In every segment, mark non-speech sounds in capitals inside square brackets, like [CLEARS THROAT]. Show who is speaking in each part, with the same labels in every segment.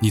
Speaker 1: 你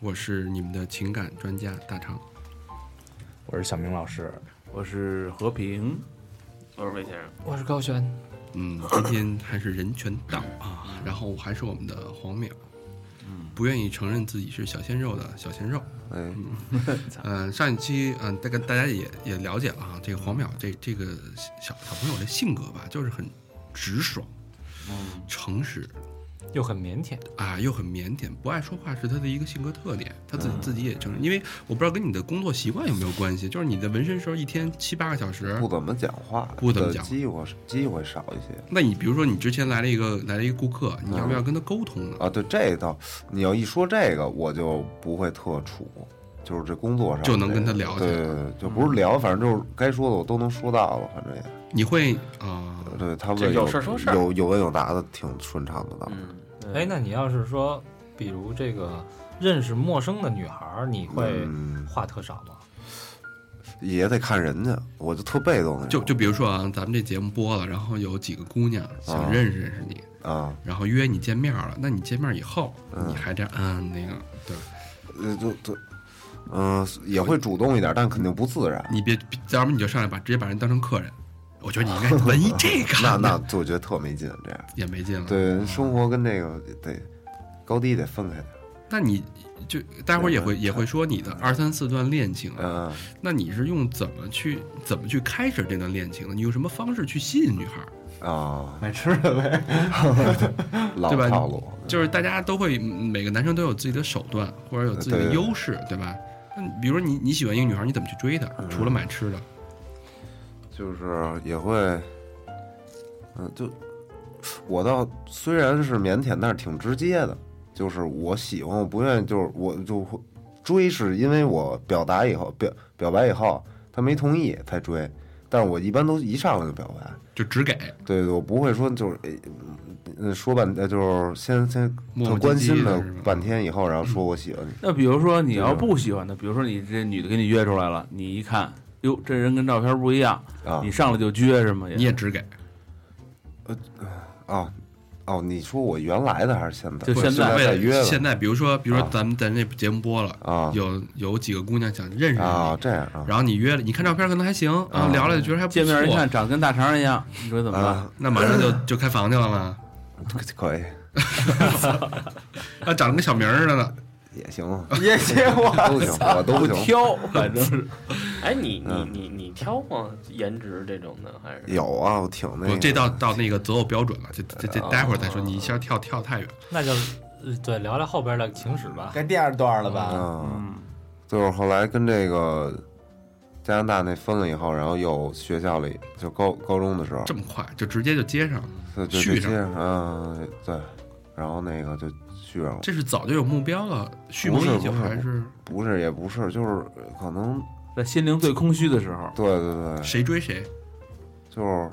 Speaker 1: 我是你们的情感专家大长。
Speaker 2: 我是小明老师，
Speaker 3: 我是和平，
Speaker 4: 我是魏先生，
Speaker 5: 我是高璇。
Speaker 1: 嗯，今天还是人权党啊，然后还是我们的黄淼，不愿意承认自己是小鲜肉的小鲜肉。
Speaker 2: 哎，
Speaker 1: 嗯、上一期嗯，大概大家也也了解了啊，这个黄淼这这个小小朋友的性格吧，就是很直爽，诚实
Speaker 5: 又很腼腆，
Speaker 1: 啊，又很腼腆，不爱说话是他的一个性格特点，他自己自己也承认。因为我不知道跟你的工作习惯有没有关系，就是你的纹身时候一天七八个小时，
Speaker 2: 不怎么讲话，
Speaker 1: 不怎么讲话
Speaker 2: 的机会机会少一些
Speaker 1: 那你比如说你之前来了一个来了一个顾客，
Speaker 2: 嗯
Speaker 1: 你要不要跟他沟通呢？
Speaker 2: 啊。对，这倒，你要一说这个，我就不会特处，就是这工作上
Speaker 1: 就能跟他
Speaker 2: 这
Speaker 1: 聊起来嗯
Speaker 2: 对对对，就不是聊，反正就是该说的我都能说到了，反正也
Speaker 1: 你会啊、
Speaker 2: 对他
Speaker 4: 这
Speaker 2: 问
Speaker 4: 有事儿说事儿
Speaker 2: 有有问有答的，挺顺畅的倒是。
Speaker 4: 嗯，
Speaker 5: 哎，那你要是说，比如这个认识陌生的女孩儿，你会
Speaker 2: 嗯，
Speaker 5: 话特少吗？
Speaker 2: 也得看人家，我就特被动那种
Speaker 1: 就就比如说啊，咱们这节目播了，然后有几个姑娘想
Speaker 2: 啊
Speaker 1: 认识认识你，
Speaker 2: 啊，
Speaker 1: 然后约你见面了，那你见面以后，
Speaker 2: 嗯
Speaker 1: 你还这样嗯那个，对，
Speaker 2: 呃，就就，嗯、也会主动一点，但肯定不自然。
Speaker 1: 你别，要不你就上来把直接把人当成客人，我觉得你应该闻一这个，
Speaker 2: [LAUGHS] 那那就我觉得特没劲，这样。
Speaker 1: 也没劲了。，
Speaker 2: 对，生活跟这个得高低得分开点。
Speaker 1: 那你就待会儿也会也会说你的二三四段恋情啊，
Speaker 2: 嗯，
Speaker 1: 那你是用怎么去怎么去开始这段恋情的？你用什么方式去吸引女孩儿？
Speaker 2: 啊，
Speaker 3: 买吃的呗，
Speaker 2: 老
Speaker 1: 对吧
Speaker 2: 套路，
Speaker 1: 就是大家都会，嗯每个男生都有自己的手段或者有自己的
Speaker 2: 对
Speaker 1: 优势，对吧？那比如说你你喜欢一个女孩儿，你怎么去追她？
Speaker 2: 嗯
Speaker 1: 除了买吃的，
Speaker 2: 就是也会，嗯，就我倒虽然是腼腆，但是挺直接的。就是我喜欢，我不愿意，就是我就会追，是因为我表达以后表表白以后，他没同意才追。但是我一般都一上来就表白，
Speaker 1: 就只给
Speaker 2: 对，我不会说就是，哎嗯，说半呃就是先先
Speaker 1: 磨
Speaker 2: 特
Speaker 1: 磨唧唧
Speaker 2: 关心
Speaker 1: 的
Speaker 2: 了
Speaker 1: 是吧
Speaker 2: 半天以后，然后说我喜欢你，
Speaker 3: 那比如说你要不喜欢的，比如说你这女的给你约出来了，你一看，哟，这人跟照片不一样，
Speaker 2: 啊
Speaker 3: 你上来就撅是吗？
Speaker 1: 你也只给，
Speaker 2: 啊，哦，你说我原来的还是现在？
Speaker 3: 就
Speaker 1: 或
Speaker 3: 现
Speaker 1: 者
Speaker 3: 在
Speaker 1: 为
Speaker 2: 再
Speaker 1: 了
Speaker 2: 约了
Speaker 1: 现在比如说比如说
Speaker 2: 啊
Speaker 1: 咱们咱这节目播了。
Speaker 2: 啊
Speaker 1: 有有几个姑娘想认识你，
Speaker 2: 啊，这样啊
Speaker 1: 然后你约了，你看照片可能还行，然后聊了觉得还不错，
Speaker 3: 见面一看，长得跟大肠一样，你说怎么了？
Speaker 2: 啊，
Speaker 1: 那马上就就开房去了吗？
Speaker 2: 可以
Speaker 1: 啊，长得跟小明儿似的呢，
Speaker 2: 也行，啊
Speaker 3: 也行，我
Speaker 2: 都行，我都
Speaker 3: 不
Speaker 2: 不行。
Speaker 3: 挑，反正是
Speaker 4: 哎，你你
Speaker 2: 嗯
Speaker 4: 你你挑吗？颜值这种的还是？
Speaker 2: 有啊，我挺那
Speaker 1: 不，
Speaker 2: 个，
Speaker 1: 这到到那个择偶标准了，这这这
Speaker 4: 啊
Speaker 1: 待会儿再说，你一下跳跳太远了。
Speaker 5: 那就呃对，聊聊后边的情史吧。嗯
Speaker 6: 该第二段了吧？
Speaker 2: 啊，
Speaker 1: 嗯
Speaker 2: 就是后来跟这个加拿大那分了以后，然后又学校里就高高中的时候
Speaker 1: 这，么快就直接就接上了，
Speaker 2: 就就
Speaker 1: 续
Speaker 2: 就
Speaker 1: 上
Speaker 2: 接上，嗯，对，然后那个就续上了。
Speaker 1: 这是早就有目标了，蓄谋
Speaker 2: 不是
Speaker 1: 已久
Speaker 2: 不是
Speaker 1: 还是
Speaker 2: 不是也不是，就是可能
Speaker 3: 在心灵最空虚的时候，
Speaker 2: 对对对，
Speaker 1: 谁追谁？
Speaker 2: 就是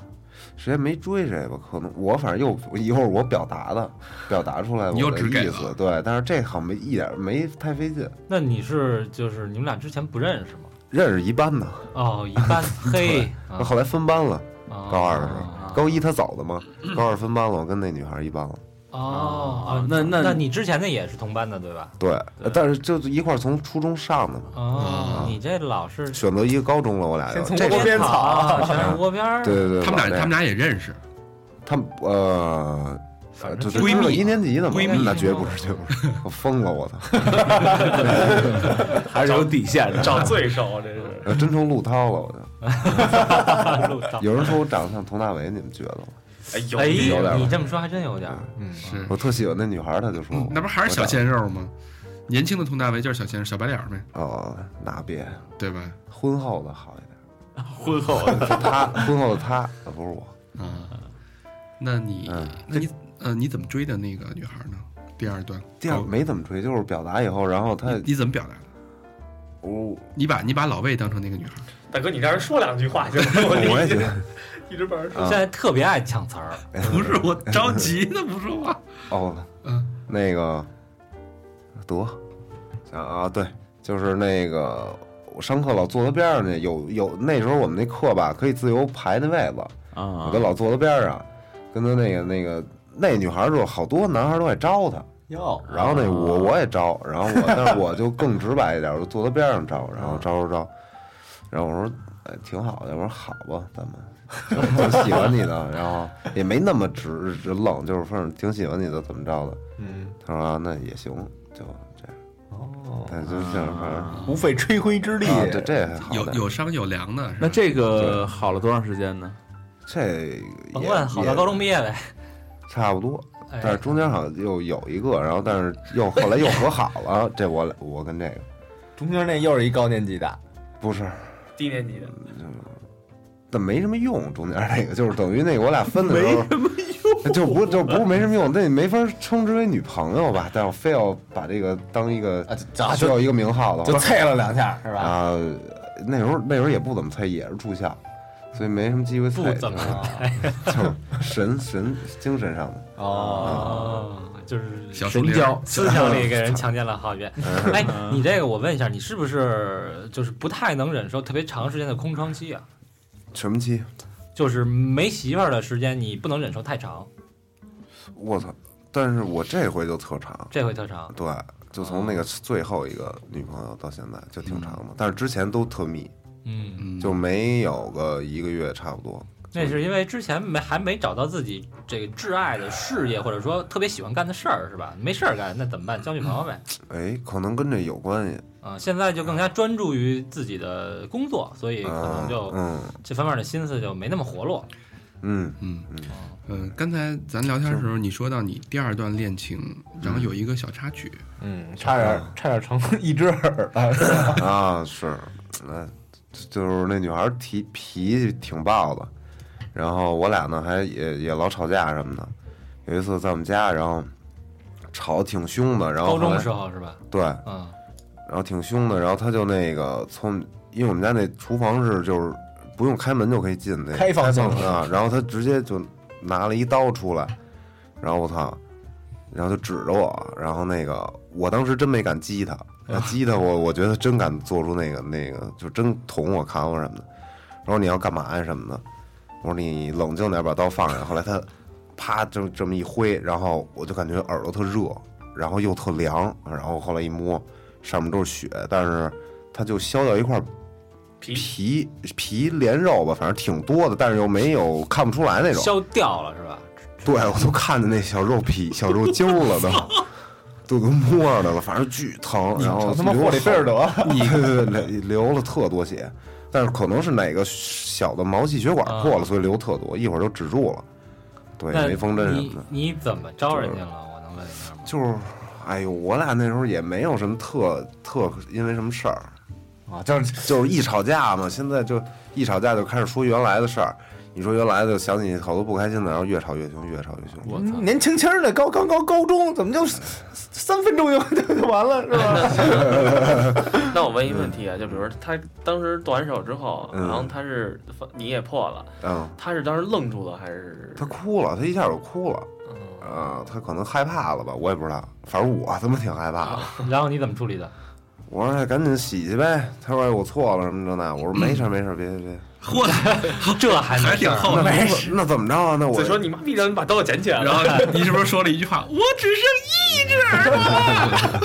Speaker 2: 谁也没追谁吧，可能我反正又一会儿我表达的表达出来
Speaker 1: 你又
Speaker 2: 我的
Speaker 1: 只给
Speaker 2: 意
Speaker 1: 了
Speaker 2: 思，对，但是这好像没一点儿没太费劲，
Speaker 5: 那你是就是你们俩之前不认识吗？
Speaker 2: 认识一班呢，
Speaker 5: 哦，一般嘿，啊
Speaker 2: 后来分班了，
Speaker 5: 啊
Speaker 2: 高二的时候，高一他走的嘛，高二分班了，我跟那女孩一班了，
Speaker 5: 哦
Speaker 3: 啊
Speaker 5: 啊，
Speaker 3: 那那
Speaker 5: 那你之前的也是同班的对吧？
Speaker 2: 对，但是就一块儿从初中上的嘛，
Speaker 5: 哦，你这老是
Speaker 2: 选择一个高中了，我俩就
Speaker 6: 先从
Speaker 2: 这
Speaker 6: 窝
Speaker 2: 是
Speaker 6: 边草
Speaker 5: 草，啊全是窝边儿。
Speaker 2: 对对对，
Speaker 1: 他们俩
Speaker 2: 老这
Speaker 1: 他
Speaker 2: 样
Speaker 1: 们俩也认识，
Speaker 2: 他们呃。
Speaker 5: 反
Speaker 2: 就
Speaker 5: 正
Speaker 2: 就
Speaker 1: 闺蜜
Speaker 2: 知道一年级的嘛，
Speaker 1: 闺蜜
Speaker 2: 那绝不是，绝不是，我疯了，我操！
Speaker 3: 还是有底线的。
Speaker 4: 找罪受，这是
Speaker 2: 呃，真成陆涛了，我就。
Speaker 5: 路上
Speaker 2: 有人说我长得像佟大为，你们觉得吗？
Speaker 4: 哎有
Speaker 5: 哎
Speaker 2: 有点儿吧
Speaker 5: 你这么说还真有点儿。
Speaker 1: 是
Speaker 2: 我特喜欢那女孩儿，她就说我、
Speaker 1: 嗯那不还是小
Speaker 2: 嗯我长
Speaker 1: 鲜肉吗？年轻的佟大为就是小鲜肉，小白脸儿呗，
Speaker 2: 哦，那别
Speaker 1: 对吧？
Speaker 2: 婚后的好一点，
Speaker 3: 婚后
Speaker 2: 她婚后的她呃不是我，
Speaker 1: 啊，那你、
Speaker 2: 嗯
Speaker 1: 那你呃你怎么追的那个女孩呢？第二段，
Speaker 2: 第二
Speaker 1: 哦
Speaker 2: 没怎么追，就是表达以后，然后她
Speaker 1: 你你怎么表达的？
Speaker 2: 我
Speaker 1: 你把你把老魏当成那个女孩，
Speaker 2: [LAUGHS]
Speaker 4: 大哥，你让人说两句话
Speaker 6: [LAUGHS]
Speaker 4: 行吗？我
Speaker 2: 我也
Speaker 4: 理
Speaker 2: 觉
Speaker 4: 解
Speaker 2: 得
Speaker 4: 一直把人说
Speaker 5: 现
Speaker 2: 嗯
Speaker 5: 在特别爱抢词儿，
Speaker 1: 不是我着急呢，不说话。
Speaker 2: 哦，
Speaker 1: 嗯，
Speaker 2: 那个得想啊，对，就是那个我上课老坐他边上去，有有那时候我们那课吧可以自由排那位子，我
Speaker 3: 啊
Speaker 2: 都，老坐他边上，跟他那个那个那女孩儿就好多男孩儿都爱招他，
Speaker 5: 哟，
Speaker 2: 然后那我
Speaker 5: 啊
Speaker 2: 我也招，然后我但是我就更直白一点，我就坐他边上招，然后招招招，然后我说哎挺好的，我说好吧，咱们挺喜欢你的，然后也没那么直直愣，就是反正挺喜欢你的，怎么着的？
Speaker 6: 嗯，
Speaker 2: 他说、啊、那也行，就这样，
Speaker 6: 哦，
Speaker 2: 但就是这样，反正啊
Speaker 6: 无费吹灰之力，
Speaker 2: 这这也 [LAUGHS] 好
Speaker 1: 有
Speaker 2: 点
Speaker 1: 有商有量的，是吧
Speaker 3: 那这个好了多长时间呢？
Speaker 2: 这也
Speaker 5: 甭问，好到高中毕业呗。
Speaker 2: 差不多。
Speaker 5: 哎
Speaker 2: 但是中间好像又有一个，然后但是又后来又和好了。这我俩我跟这个
Speaker 6: 中间那又是一高年级的，
Speaker 2: 不是，
Speaker 6: 嗯
Speaker 4: 低年级的，
Speaker 2: 但没什么用。中间那个就是等于那个我俩分的时候没什么用，就不就不是没什么用，那没法称之为女朋友吧？但我非要把这个当一个
Speaker 6: 啊就
Speaker 2: 需要一个名号的
Speaker 6: 就
Speaker 2: 话
Speaker 6: 啐了两下，是吧？
Speaker 2: 啊，那时候那时候也不怎么猜，也是住校，所以没什么机会猜，
Speaker 5: 不怎么
Speaker 2: 啊就是神神精神上的。
Speaker 6: 哦，
Speaker 2: 啊
Speaker 5: 哦，就是
Speaker 1: 小树
Speaker 3: 神
Speaker 1: 林
Speaker 3: 交
Speaker 5: 思想里给人强奸了好几遍。哎，你这个我问一下，你是不是就是不太能忍受特别长时间的空窗期啊？
Speaker 2: 什么期？
Speaker 5: 就是没媳妇儿的时间，你不能忍受太长，
Speaker 2: 我操！但是我这回就特长，
Speaker 5: 这回特长。
Speaker 2: 对，就从
Speaker 5: 哦
Speaker 2: 那个最后一个女朋友到现在就挺长的，但是之前都特密，
Speaker 5: 嗯，
Speaker 1: 嗯
Speaker 2: 就没有个一个月差不多。
Speaker 5: 那是因为之前没还没找到自己这个挚爱的事业，或者说特别喜欢干的事儿，是吧？没事儿干，那怎么办？交女朋友呗。
Speaker 2: 哎，可能跟这有关系，
Speaker 5: 啊，现在就更加专注于自己的工作，所以可能
Speaker 2: 啊
Speaker 5: 就
Speaker 2: 嗯
Speaker 5: 这方面的心思就没那么活络。
Speaker 2: 嗯
Speaker 1: 嗯
Speaker 2: 嗯
Speaker 1: 嗯，刚才咱聊天的时候，你说到你第二段恋情，然后有一个小插曲，
Speaker 6: 嗯，差点差点成 [LAUGHS] 一只耳了，
Speaker 2: 啊是，那就是那女孩脾脾气挺暴的，然后我俩呢还也也老吵架什么的。有一次在我们家，然后吵得挺凶的，然后
Speaker 5: 高中
Speaker 2: 后
Speaker 5: 的
Speaker 2: 来
Speaker 5: 时候是吧？
Speaker 2: 对，
Speaker 5: 嗯，
Speaker 2: 然后挺凶的，然后他就那个从，因为我们家那厨房是就是不用开门就可以进那个
Speaker 6: 开放性
Speaker 2: 的啊，然后他直接就拿了一刀出来，然后我操，然后就指着我，然后那个我当时真没敢激他，激他我我觉得真敢做出那个那个就真捅我砍我什么的，然后你要干嘛呀什么的，我说你冷静点把刀放下，后来他啪就这么一挥，然后我就感觉耳朵特热，然后又特凉，然后后来一摸。上面都是血，但是它就削掉一块
Speaker 4: [LAUGHS] 皮
Speaker 2: 皮皮连肉吧，反正挺多的，但是又没有看不出来那种。
Speaker 5: 消掉了是吧？
Speaker 2: 对，我都看见那小肉皮、小肉揪了
Speaker 6: [LAUGHS]
Speaker 2: 都，都都摸着的了，反正巨疼。然后
Speaker 6: 成他妈
Speaker 2: 流
Speaker 6: 霍
Speaker 2: 了
Speaker 6: 利菲尔德，
Speaker 2: 好，你 [LAUGHS] 对对对流了特多血，但是可能是哪个小的毛细血管
Speaker 6: 啊
Speaker 2: 破了，所以流特多，一会儿就止住了。对，
Speaker 5: 那
Speaker 2: 没缝针什么
Speaker 5: 你
Speaker 2: 的。
Speaker 5: 你怎么招人家了？我能问一下吗？
Speaker 2: 就是，哎呦，我俩那时候也没有什么特特因为什么事儿，
Speaker 6: 啊，就是
Speaker 2: 就是一吵架嘛，现在就一吵架就开始说原来的事儿，你说原来的想起好多不开心的，然后越吵越凶，越吵越凶。
Speaker 3: 我操！
Speaker 6: 年轻轻的高刚高高中，怎么就三分钟就就就完了是吧？
Speaker 4: 那我问一个问题
Speaker 6: 嗯
Speaker 4: 啊，就比如说他当时剁完手之后，
Speaker 2: 嗯
Speaker 4: 然后他是你也破了，
Speaker 2: 嗯，
Speaker 4: 他是当时愣住了还是？
Speaker 2: 他哭了，他一下就哭了，
Speaker 4: 嗯
Speaker 2: 啊、他可能害怕了吧，我也不知道，反正我他妈挺害怕的。
Speaker 5: 然后你怎么处理的？
Speaker 2: 我说哎赶紧洗去呗，他说哎我错了什么这那，我说没事儿没事儿，别别别，
Speaker 1: 嚯，
Speaker 5: 这还能
Speaker 1: 还挺厚
Speaker 2: 那
Speaker 1: 道。
Speaker 2: 那那怎么着啊？那我
Speaker 4: 所以说你妈逼让你把刀捡起来
Speaker 1: 然
Speaker 4: 了，
Speaker 1: 后你是不是说了一句话？我只剩一只耳朵。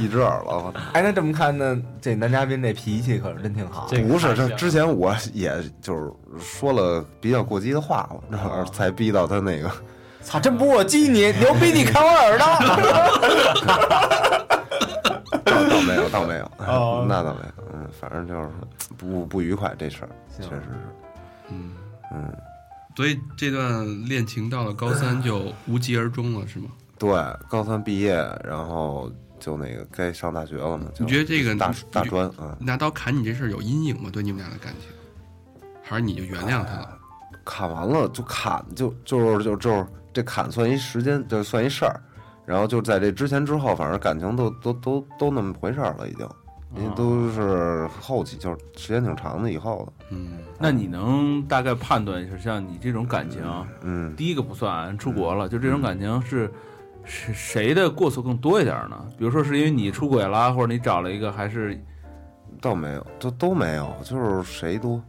Speaker 2: 一只耳朵，我操
Speaker 6: 哎，那这么看呢，这男嘉宾这脾气可是真挺好。
Speaker 5: 这个
Speaker 2: 不是，
Speaker 5: 太
Speaker 2: 这
Speaker 5: 像
Speaker 2: 之前我也就是说了比较过激的话了，然
Speaker 1: 啊
Speaker 2: 后才逼到他那个。
Speaker 6: 操，真不是我激你，牛逼！你砍我耳朵。
Speaker 2: [LAUGHS]
Speaker 6: [LAUGHS]
Speaker 2: 倒倒没有，倒没有，
Speaker 6: 哦
Speaker 2: [LAUGHS] 那倒没有，嗯，反正就是不不愉快这事儿，确实是，
Speaker 1: 嗯
Speaker 2: 嗯，
Speaker 1: 所以这段恋情到了高三就无疾而终了，是吗？
Speaker 2: 对，高三毕业，然后就那个该上大学了嘛，就
Speaker 1: 你觉得这个
Speaker 2: 大
Speaker 1: 你觉
Speaker 2: 大专啊、
Speaker 1: 拿刀砍你这事儿有阴影吗？对你们俩的感情，还是你就原谅他了？
Speaker 2: 嗯砍完了就砍，就就是就就是这砍算一时间，就算一事儿，然后就在这之前之后，反正感情都都都都那么回事儿了，已经，嗯人家都是后期，就是时间挺长的以后的。
Speaker 1: 嗯，
Speaker 3: 那你能大概判断一下，像你这种感情，
Speaker 2: 嗯，
Speaker 3: 第一个不算出国了，就这种感情是是谁的过错更多一点呢？比如说是因为你出轨了，或者你找了一个还是
Speaker 2: 倒没有，都都没有，就是谁多，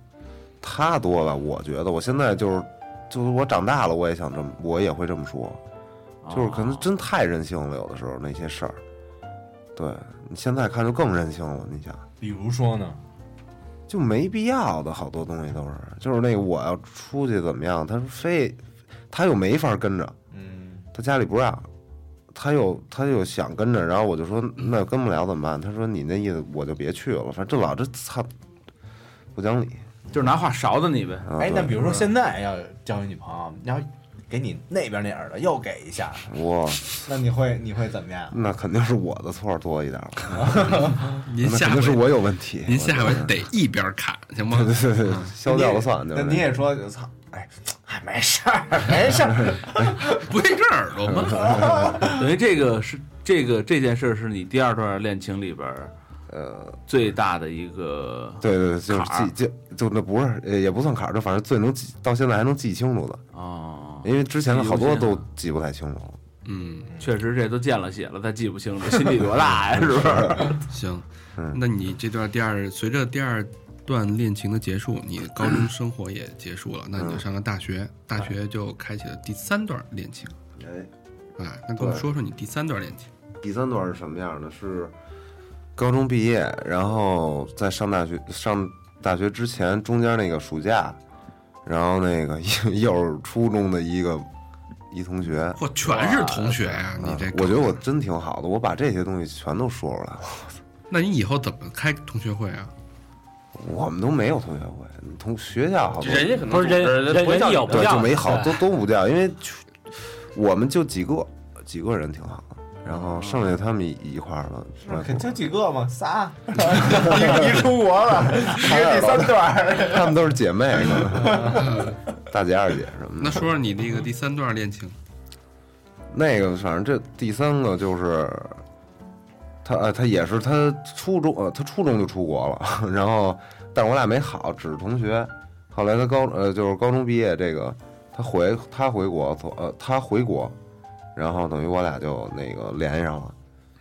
Speaker 2: 他多吧？我觉得我现在就是，就是我长大了，我也想这么，我也会这么说，就是可能真太任性了，有的时候那些事儿。对你现在看就更任性了，你想。
Speaker 7: 比如说呢，
Speaker 2: 就没必要的，好多东西都是，就是那个我要出去怎么样，他说非，他又没法跟着，
Speaker 7: 嗯，
Speaker 2: 他家里不让，他又他又想跟着，然后我就说那跟不了怎么办？他说你那意思我就别去了，反正这老这操不讲理
Speaker 3: 就是拿话勺子你呗。
Speaker 2: 啊！
Speaker 7: 哎，
Speaker 2: 对
Speaker 7: 那比如
Speaker 1: 嗯
Speaker 7: 说现在要交一女朋友，然后给你那边那耳朵又给一下，
Speaker 2: 我
Speaker 7: 那你会你会怎么样？
Speaker 2: 那肯定是我的错多一点了，
Speaker 1: 您
Speaker 2: 那
Speaker 1: 下
Speaker 2: 肯定是
Speaker 1: 回
Speaker 2: 我有问题。
Speaker 1: 您下
Speaker 2: 我
Speaker 1: 回
Speaker 2: 觉得
Speaker 1: 得一边看行吗？
Speaker 2: 对对对，消掉了算。就是
Speaker 7: 那你也说操，哎，哎，没事儿，没事儿，
Speaker 1: 不对这耳朵
Speaker 2: [LAUGHS]
Speaker 1: 吗？
Speaker 3: 等于这个是这个这件事儿是你第二段恋情里边儿
Speaker 2: 呃，
Speaker 3: 最大的一个
Speaker 2: 对对，对就是
Speaker 3: 坎儿
Speaker 2: 记记就那不是呃也不算坎儿，就反正最能记到现在还能记清楚的。
Speaker 3: 哦，
Speaker 2: 因为之前的好
Speaker 3: 记
Speaker 2: 多
Speaker 3: 不清
Speaker 2: 都
Speaker 3: 啊
Speaker 2: 记不太清楚了。
Speaker 1: 嗯，
Speaker 3: 确实这都见了血了，他记不清楚，心里多大呀，是不
Speaker 2: [LAUGHS]
Speaker 3: 是？
Speaker 1: 行
Speaker 2: 嗯，
Speaker 1: 那你这段第二，随着第二段恋情的结束，你高中生活也结束
Speaker 2: 嗯
Speaker 1: 了，那你就上了大学，大学就开启了第三段恋情。
Speaker 2: 哎，
Speaker 1: 哎，那跟我们
Speaker 2: 对
Speaker 1: 说说你第三段恋情。
Speaker 2: 第三段是什么样的？是高中毕业，然后在上大学上大学之前中间那个暑假，然后那个 [LAUGHS] 又又是初中的一个一同学。
Speaker 1: 嚯，全是同学呀、你这
Speaker 2: 嗯
Speaker 1: 搞
Speaker 2: 我
Speaker 1: 的
Speaker 2: 觉得我真挺好的，我把这些东西全都说出来了。
Speaker 1: 那你以后怎么开同学会
Speaker 2: [LAUGHS]
Speaker 1: 啊？
Speaker 2: 我们都没有同学会，同学校好多
Speaker 4: 人家可能
Speaker 5: 不是人
Speaker 4: 组织
Speaker 5: 人
Speaker 4: 不会叫
Speaker 5: 人家
Speaker 4: 你
Speaker 5: 有
Speaker 4: 的
Speaker 2: 对
Speaker 5: 不
Speaker 2: 就
Speaker 5: 叫
Speaker 2: 没好，都都不叫，因为去我们就几个几个人挺好的，然后剩下他们一一块儿了。是吧
Speaker 7: 肯就几个嘛，仨，一一出国了，一个第三段儿，
Speaker 2: 她们都是姐妹，
Speaker 7: [LAUGHS]
Speaker 2: 大姐、二姐什么
Speaker 1: 那
Speaker 2: 的。
Speaker 1: 说说你那个第三段恋情。
Speaker 2: 那个，反正这第三个就是，她呃，她也是她初中呃，她初中就出国了， [LAUGHS] 然后，但是我俩没好，只是同学。后来她高呃，就是高中毕业，这个她回她回国，从呃，她回国，然后等于我俩就那个联系上了，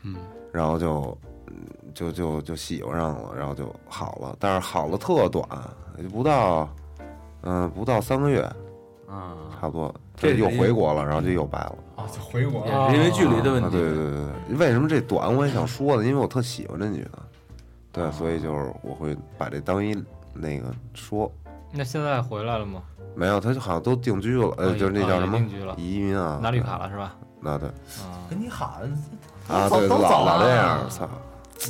Speaker 1: 嗯，
Speaker 2: 然后就嗯就就就喜欢上了，然后就好了，但是好了特短，也不到嗯、不到三个月，
Speaker 3: 啊，
Speaker 2: 差不多，
Speaker 3: 这
Speaker 2: 这
Speaker 3: 是
Speaker 2: 又
Speaker 3: 因
Speaker 2: 回国了，然后就又掰了。
Speaker 7: 就回国
Speaker 5: 哦
Speaker 3: 也是因为距离的问
Speaker 2: 啊，
Speaker 3: 题
Speaker 2: 对对对对，为什么这短我也想说呢？因为我特喜欢这女的，对，所以就是我会把这当一那个说。
Speaker 5: 那现在回来了吗？
Speaker 2: 没有，她就好像都定居了，
Speaker 5: 啊
Speaker 2: 呃，就是那叫什么
Speaker 5: 啊定居了
Speaker 2: 移民啊，
Speaker 5: 拿绿卡了是吧？
Speaker 2: 啊，对
Speaker 5: 啊，
Speaker 7: 跟你好，
Speaker 2: 啊，
Speaker 7: 走
Speaker 2: 对，
Speaker 7: 都走
Speaker 2: 老老这
Speaker 7: 了，啊
Speaker 2: 样，操，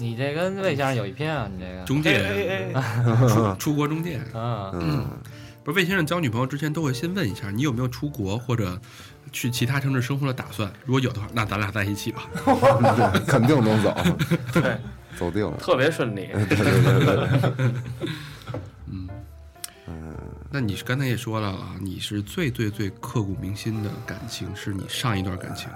Speaker 5: 你这跟魏先生有一拼啊，你这个
Speaker 1: 中
Speaker 4: 哎 [LAUGHS]
Speaker 2: 哎
Speaker 1: 介，出出国中介，
Speaker 5: 嗯，
Speaker 2: 嗯，
Speaker 1: 不是魏先生交女朋友之前都会先问一下你有没有出国或者去其他城市生活的打算，如果有的话，那咱俩在一起吧。
Speaker 2: 肯定能走，
Speaker 4: 对，
Speaker 2: 走定了。
Speaker 4: 特别顺利。
Speaker 6: 嗯
Speaker 2: 对对对对对，
Speaker 1: 那你是刚才也说了啊，你是最最最刻骨铭心的感情，是你上一段感情，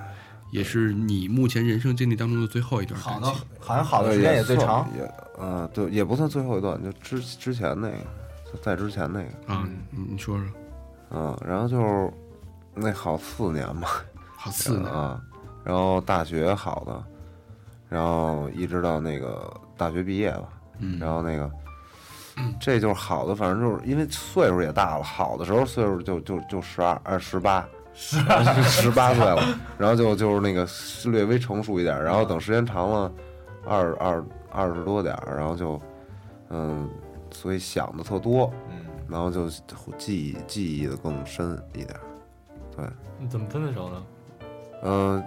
Speaker 1: 也是你目前人生经历当中的最后一段
Speaker 7: 好
Speaker 1: 感
Speaker 7: 的
Speaker 1: 情。
Speaker 7: 好像好的时间也最
Speaker 2: 算
Speaker 7: 长，
Speaker 2: 也啊，对，也不算最后一段，就之之前那个，就在之前那个，
Speaker 1: 啊，你你说说，
Speaker 2: 嗯，然后就是那好四年吧，
Speaker 1: 好四呢？
Speaker 2: 啊，然后大学好的，然后一直到那个大学毕业吧，
Speaker 1: 嗯
Speaker 2: 然后那个，这就是好的，反正就是因为岁数也大了，好的时候岁数就就就十二呃十八。十八岁了，然后就就是那个略微成熟一点，然后等时间长了，二二二十多点儿，然后就，嗯，所以想的特多，
Speaker 7: 嗯，
Speaker 2: 然后就记忆记忆的更深一点。
Speaker 5: 你怎么分的手呢？
Speaker 2: 嗯，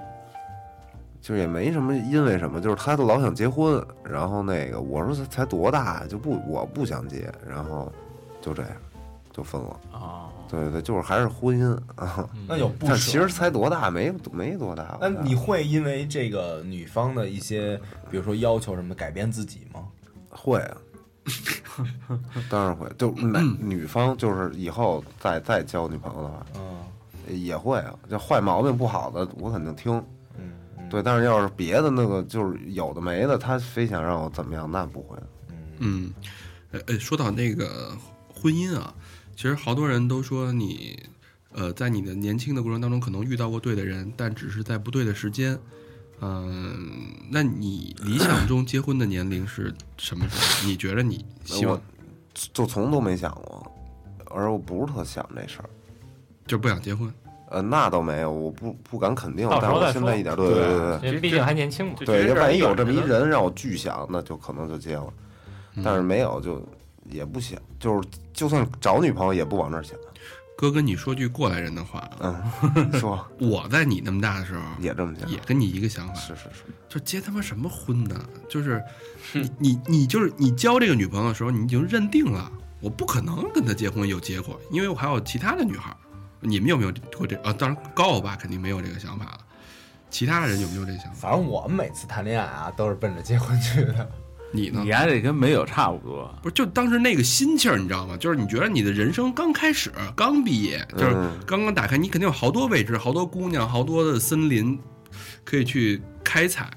Speaker 2: 就是也没什么，因为什么，就是他都老想结婚，然后那个我说才多大呀就不我不想结，然后就这样就分了。
Speaker 7: 哦
Speaker 3: 啊，
Speaker 2: 对对，就是还是婚姻啊，
Speaker 7: 那有不
Speaker 2: 但
Speaker 7: 舍
Speaker 2: 其实才多大，没没多大。
Speaker 7: 那你会因为这个女方的一些，比如说要求什么改变自己吗？
Speaker 2: 会啊？当然会，就男女方就是以后再再交女朋友的话
Speaker 7: 嗯
Speaker 2: 也会啊，就坏毛病不好的我肯定听，
Speaker 7: 嗯嗯，
Speaker 2: 对，但是要是别的那个就是有的没的，他非想让我怎么样，那不会。
Speaker 1: 嗯，呃呃，说到那个婚姻啊，其实好多人都说你，呃，在你的年轻的过程当中，可能遇到过对的人，但只是在不对的时间。嗯、那你理想中结婚的年龄是什么时候？你觉得你希望
Speaker 2: 我就从都没想过，而我不是特想这事儿。
Speaker 1: 就不想结婚？
Speaker 2: 呃，那倒没有，我不不敢肯定
Speaker 5: 到，时
Speaker 2: 但
Speaker 5: 候
Speaker 2: 我
Speaker 5: 再
Speaker 2: 现
Speaker 5: 说
Speaker 2: 在一点对对对对
Speaker 5: 因为毕竟还年轻嘛。
Speaker 4: 就
Speaker 2: 对，
Speaker 4: 这
Speaker 2: 要
Speaker 4: 事儿
Speaker 2: 万一有
Speaker 4: 远着
Speaker 2: 这么一
Speaker 4: 呢
Speaker 2: 人让我巨想，那就可能就结了。
Speaker 1: 嗯
Speaker 2: 但是没有就也不想，就是就算找女朋友也不往那儿想。
Speaker 1: 哥跟你说句过来人的话，
Speaker 2: 嗯， [LAUGHS] 你说
Speaker 1: 我在你那么大的时候，
Speaker 2: 也这么想
Speaker 1: 也，跟你一个想法，
Speaker 2: 是是是，
Speaker 1: 就结他妈什么婚呢？就是你你你就是你交这个女朋友的时候，你已经认定了我不可能跟她结婚有结果，因为我还有其他的女孩儿。你们有没有过这啊？当然高我爸肯定没有这个想法了，其他的人有没有这个想法？
Speaker 7: 反正我们每次谈恋爱啊，都是奔着结婚去的。
Speaker 1: 你呢
Speaker 3: 你？还得跟没有差不多。
Speaker 1: 不是，就当时那个心气儿，你知道吗？就是你觉得你的人生刚开始，刚毕业，就是
Speaker 2: 嗯
Speaker 1: 刚刚打开，你肯定有好多未知，好多姑娘，好多的森林可以去开采，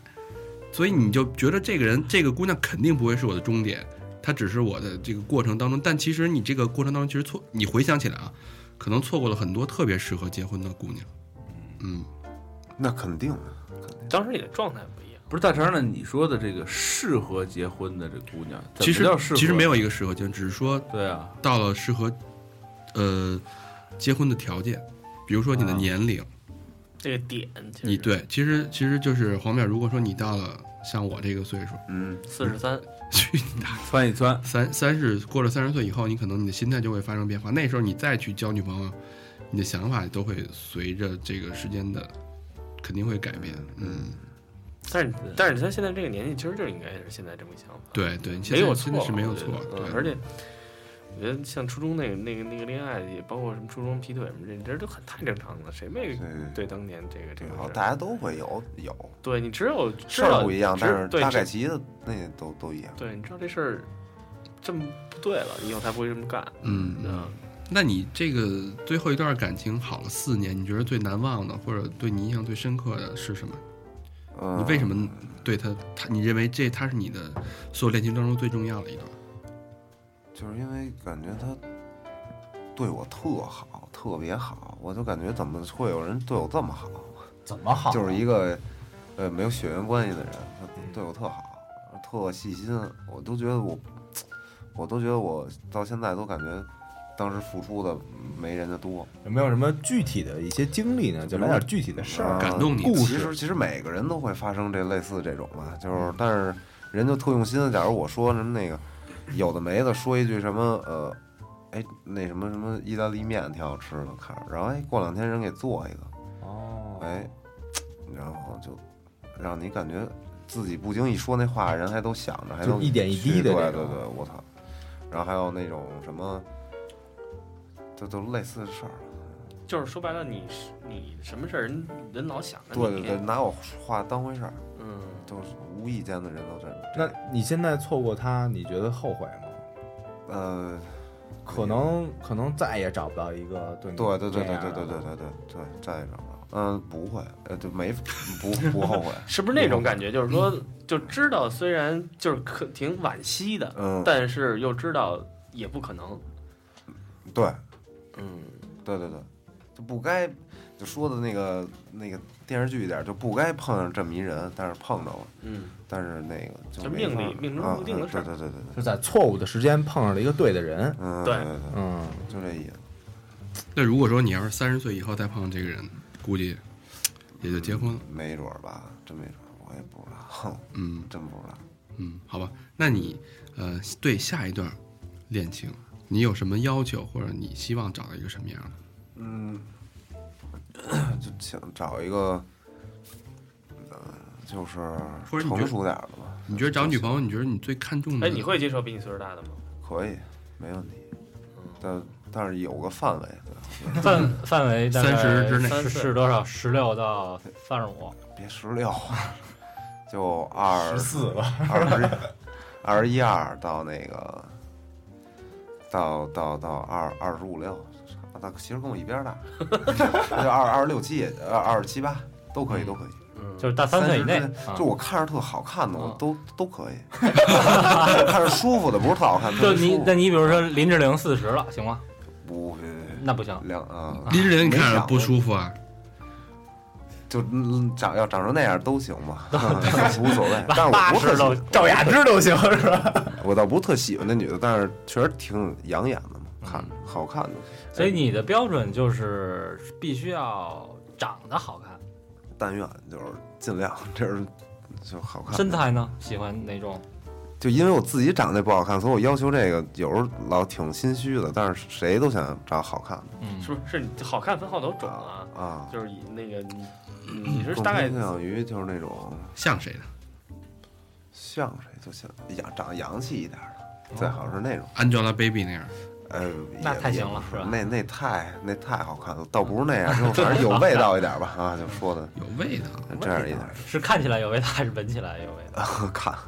Speaker 1: 所以你就觉得这个人，这个姑娘肯定不会是我的终点，她只是我的这个过程当中。但其实你这个过程当中，其实错，你回想起来啊，可能错过了很多特别适合结婚的姑娘。嗯，
Speaker 2: 那肯定的。
Speaker 4: 当时你的状态不一样，
Speaker 3: 不是大成呢？你说的这个适合结婚的这姑娘，怎么
Speaker 1: 其实
Speaker 3: 叫适合
Speaker 1: 其实没有一个适合结婚，只是说
Speaker 3: 对啊，
Speaker 1: 到了适合呃结婚的条件，比如说你的
Speaker 3: 啊
Speaker 1: 年龄。
Speaker 4: 这个点其实
Speaker 1: 你对，其实其实就是黄淼。如果说你到了像我这个岁数，
Speaker 2: 嗯，
Speaker 4: 四十三，
Speaker 1: 去你大
Speaker 3: 窜一窜，
Speaker 1: 三三十过了三十岁以后，你可能你的心态就会发生变化。那时候你再去交女朋友，你的想法都会随着这个时间的肯定会改变。嗯，
Speaker 4: 但是你但是你像现在这个年纪，其实就应该是现在这么想法，
Speaker 1: 对对，你现
Speaker 4: 没
Speaker 1: 在
Speaker 4: 有
Speaker 1: 真
Speaker 4: 错
Speaker 1: 的，是没有
Speaker 4: 我觉
Speaker 1: 错
Speaker 4: 得。
Speaker 1: 对
Speaker 4: 嗯，，而且我觉得像初中那个那个那个恋爱，也包括什么初中劈腿什么这，这都很太正常了，谁没
Speaker 2: 对对
Speaker 4: 对当年这个这
Speaker 2: 对
Speaker 4: 个，
Speaker 2: 好，
Speaker 4: 事儿
Speaker 2: 大家都会有有
Speaker 4: 对你只有知
Speaker 2: 事儿
Speaker 4: 道
Speaker 2: 不一样，
Speaker 4: 知
Speaker 2: 但是
Speaker 4: 啊对
Speaker 2: 大
Speaker 4: 知
Speaker 2: 概其的那都都一样。
Speaker 4: 对，你知道这事儿这么不对了，你以后才不会这么干。
Speaker 1: 嗯
Speaker 4: 嗯，
Speaker 1: 那你这个最后一段感情好了四年，你觉得最难忘的或者对你印象最深刻的是什么？
Speaker 2: 嗯，
Speaker 1: 你为什么对他他你认为这他是你的所有恋情当中最重要的一段？
Speaker 2: 嗯就是因为感觉他对我特好，特别好，我就感觉怎么会有人对我这么好？
Speaker 7: 怎么好？
Speaker 2: 就是一个呃没有血缘关系的人，他对我特好，特细心，我都觉得我，我都觉得我到现在都感觉当时付出的没人家多。
Speaker 7: 有没有什么具体的一些经历呢？就来点具体的事儿。
Speaker 4: 啊
Speaker 2: 嗯
Speaker 1: 感动你
Speaker 2: 故
Speaker 1: 故
Speaker 2: 其实其实每个人都会发生这类似这种吧，就是但是人就特用心。假如我说什么那个有的没的，说一句什么呃，哎那什么什么意大利面挺好吃的，看着，然后哎过两天人给做一个，
Speaker 7: 哦
Speaker 2: 哎，然后就让你感觉自己不经意说那话，人还都想着，还
Speaker 7: 就
Speaker 2: 都
Speaker 7: 一点一滴的
Speaker 2: 对对
Speaker 7: 那种
Speaker 2: 对，我操！然后还有那种什么，这都类似的事儿。
Speaker 4: 就是说白了，你是你什么事儿人人老想着你，
Speaker 2: 对对对，拿我话当回事儿，
Speaker 4: 嗯，
Speaker 2: 就是无意间的人都这样。
Speaker 7: 那你现在错过他，你觉得后悔吗？
Speaker 2: 呃，
Speaker 7: 可能可能再也找不到一个对你
Speaker 2: 对对对
Speaker 7: 这
Speaker 2: 对
Speaker 7: 样
Speaker 2: 对
Speaker 7: 的
Speaker 2: 对对对对对，再也找不着。嗯，不会，呃，就没不不后悔。
Speaker 4: 是不是
Speaker 2: 嗯
Speaker 4: 那种感觉？就是说，就知道虽然就是可挺惋惜的，
Speaker 2: 嗯，
Speaker 4: 但是又知道也不可能。
Speaker 2: 对
Speaker 4: 嗯，
Speaker 2: 对对对，就不该就说的那个那个电视剧一点，就不该碰上这么一人，但是碰着了，
Speaker 4: 嗯，
Speaker 2: 但是那个就
Speaker 4: 就
Speaker 2: 没
Speaker 4: 命
Speaker 2: 法
Speaker 4: 里
Speaker 2: 儿
Speaker 4: 命中
Speaker 2: 啊
Speaker 4: 注定的
Speaker 2: 嗯
Speaker 4: 事儿
Speaker 2: 对对对对对，
Speaker 7: 就在错误的时间碰上了一个对的人。
Speaker 2: 嗯，
Speaker 4: 对
Speaker 2: 对对，
Speaker 7: 嗯，
Speaker 2: 就这意思。
Speaker 1: 那如果说你要是三十岁以后再碰上这个人，估计也就结婚了。
Speaker 2: 没准儿吧，真没准儿，我也不知道， [LAUGHS] 哼，
Speaker 1: 嗯
Speaker 2: 真不知道。
Speaker 1: 嗯，好吧，那你呃对下一段恋情，你有什么要求，或者你希望找到一个什么样的？
Speaker 2: 嗯，就想找一个，嗯，就是
Speaker 1: 或者你觉得
Speaker 2: 成熟点儿的吧。
Speaker 1: 你觉得找女朋友，你觉得你最看重的？
Speaker 4: 哎，你会接受比你岁数大的吗？
Speaker 2: 可以，没问题，
Speaker 7: 嗯
Speaker 2: 但但是有个范围，对
Speaker 5: 范范围大概
Speaker 1: 30之内
Speaker 5: 是是多少？十六到三十五，
Speaker 2: 别十六，啊就二
Speaker 7: 十四了，
Speaker 2: 二十二十一二到那个到到到二二十五六，他其实跟我一边儿大，那就二二十六七也二二十七八都可以，都可以。
Speaker 5: 就是大三岁以内
Speaker 2: 30之，
Speaker 5: 啊
Speaker 2: 就我看着特好看的，我
Speaker 3: 啊
Speaker 2: 都都可以， [LAUGHS] 看着舒服的，不是特好看，
Speaker 5: 就
Speaker 2: 特别
Speaker 5: 你
Speaker 2: 嗯舒，服
Speaker 5: 那你比如说林志玲四十了，行吗？
Speaker 2: 不
Speaker 5: 那不行，
Speaker 2: 两啊，
Speaker 1: 林志玲你
Speaker 2: 没
Speaker 1: 看着
Speaker 2: 想
Speaker 1: 不
Speaker 2: 过
Speaker 1: 舒服啊？
Speaker 2: 就嗯长要长成那样都行
Speaker 5: [LAUGHS]
Speaker 2: 吧，无所谓。但是我
Speaker 5: 八
Speaker 2: 不是
Speaker 5: 十
Speaker 2: 特
Speaker 5: 都
Speaker 2: 喜，
Speaker 7: 赵雅芝都行是吧？
Speaker 2: 我倒不是特喜欢那女的，但是确实挺养眼的嘛，看着好看的。
Speaker 5: 嗯所以你的标准就是必须要长得好看，
Speaker 2: 但愿就是尽量，这是就好看。
Speaker 5: 身材呢？喜欢哪种？
Speaker 2: 就因为我自己长得不好看，所以我要求这个有时候老挺心虚的。但是谁都想长好看
Speaker 5: 嗯，
Speaker 4: 是不是？你好看分好多种啊，
Speaker 2: 的啊。
Speaker 4: 就是以那个你你是
Speaker 2: 更
Speaker 4: 大概
Speaker 2: 偏向于就是那种
Speaker 1: 像谁的
Speaker 2: 像谁就像洋长洋气一点的，最好是那种。
Speaker 1: ？Angelababy 那样，
Speaker 2: 呃，
Speaker 5: 哦那
Speaker 2: 也
Speaker 5: 太行
Speaker 2: 也
Speaker 5: 了
Speaker 2: 不
Speaker 5: 是吧
Speaker 2: 那那太那太好看了，倒不是那样，就反正有味道一点吧啊，就说的
Speaker 1: 有味道，
Speaker 2: 这样一点。
Speaker 5: 是看起来有味道还是闻起来有味道？
Speaker 2: 看看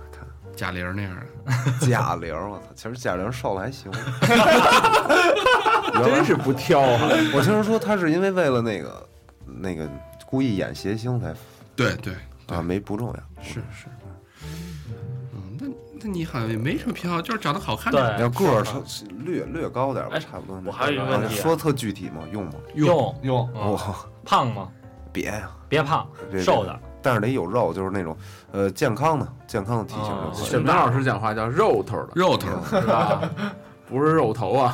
Speaker 1: 贾玲那样的，
Speaker 2: [LAUGHS] 贾玲，我操，其实贾玲瘦了还行。原来
Speaker 3: 真是不挑啊！
Speaker 2: 我听人说她 [LAUGHS] 是因为为了那个那个故意演谐星才
Speaker 1: 对对，
Speaker 2: 啊，没不重要。
Speaker 1: 是是。嗯，那那你好像也没什么偏好，就是长得好看
Speaker 5: 对
Speaker 1: 的，
Speaker 2: 要个儿稍略略高点吧，
Speaker 4: 哎
Speaker 2: 差不多那种。
Speaker 4: 我还有一个问题啊
Speaker 2: 说特具体吗？用吗？哦
Speaker 5: 用用，嗯
Speaker 2: 我
Speaker 5: 胖吗？
Speaker 2: 别呀，
Speaker 5: 别胖
Speaker 2: 别，别
Speaker 5: 瘦的，
Speaker 2: 但是得有肉，就是那种呃健康的健康的体型就
Speaker 5: 哦
Speaker 2: 可以。
Speaker 3: 沈丹老师讲话叫肉头的，
Speaker 1: 肉头，
Speaker 3: 是吧？不是肉头啊，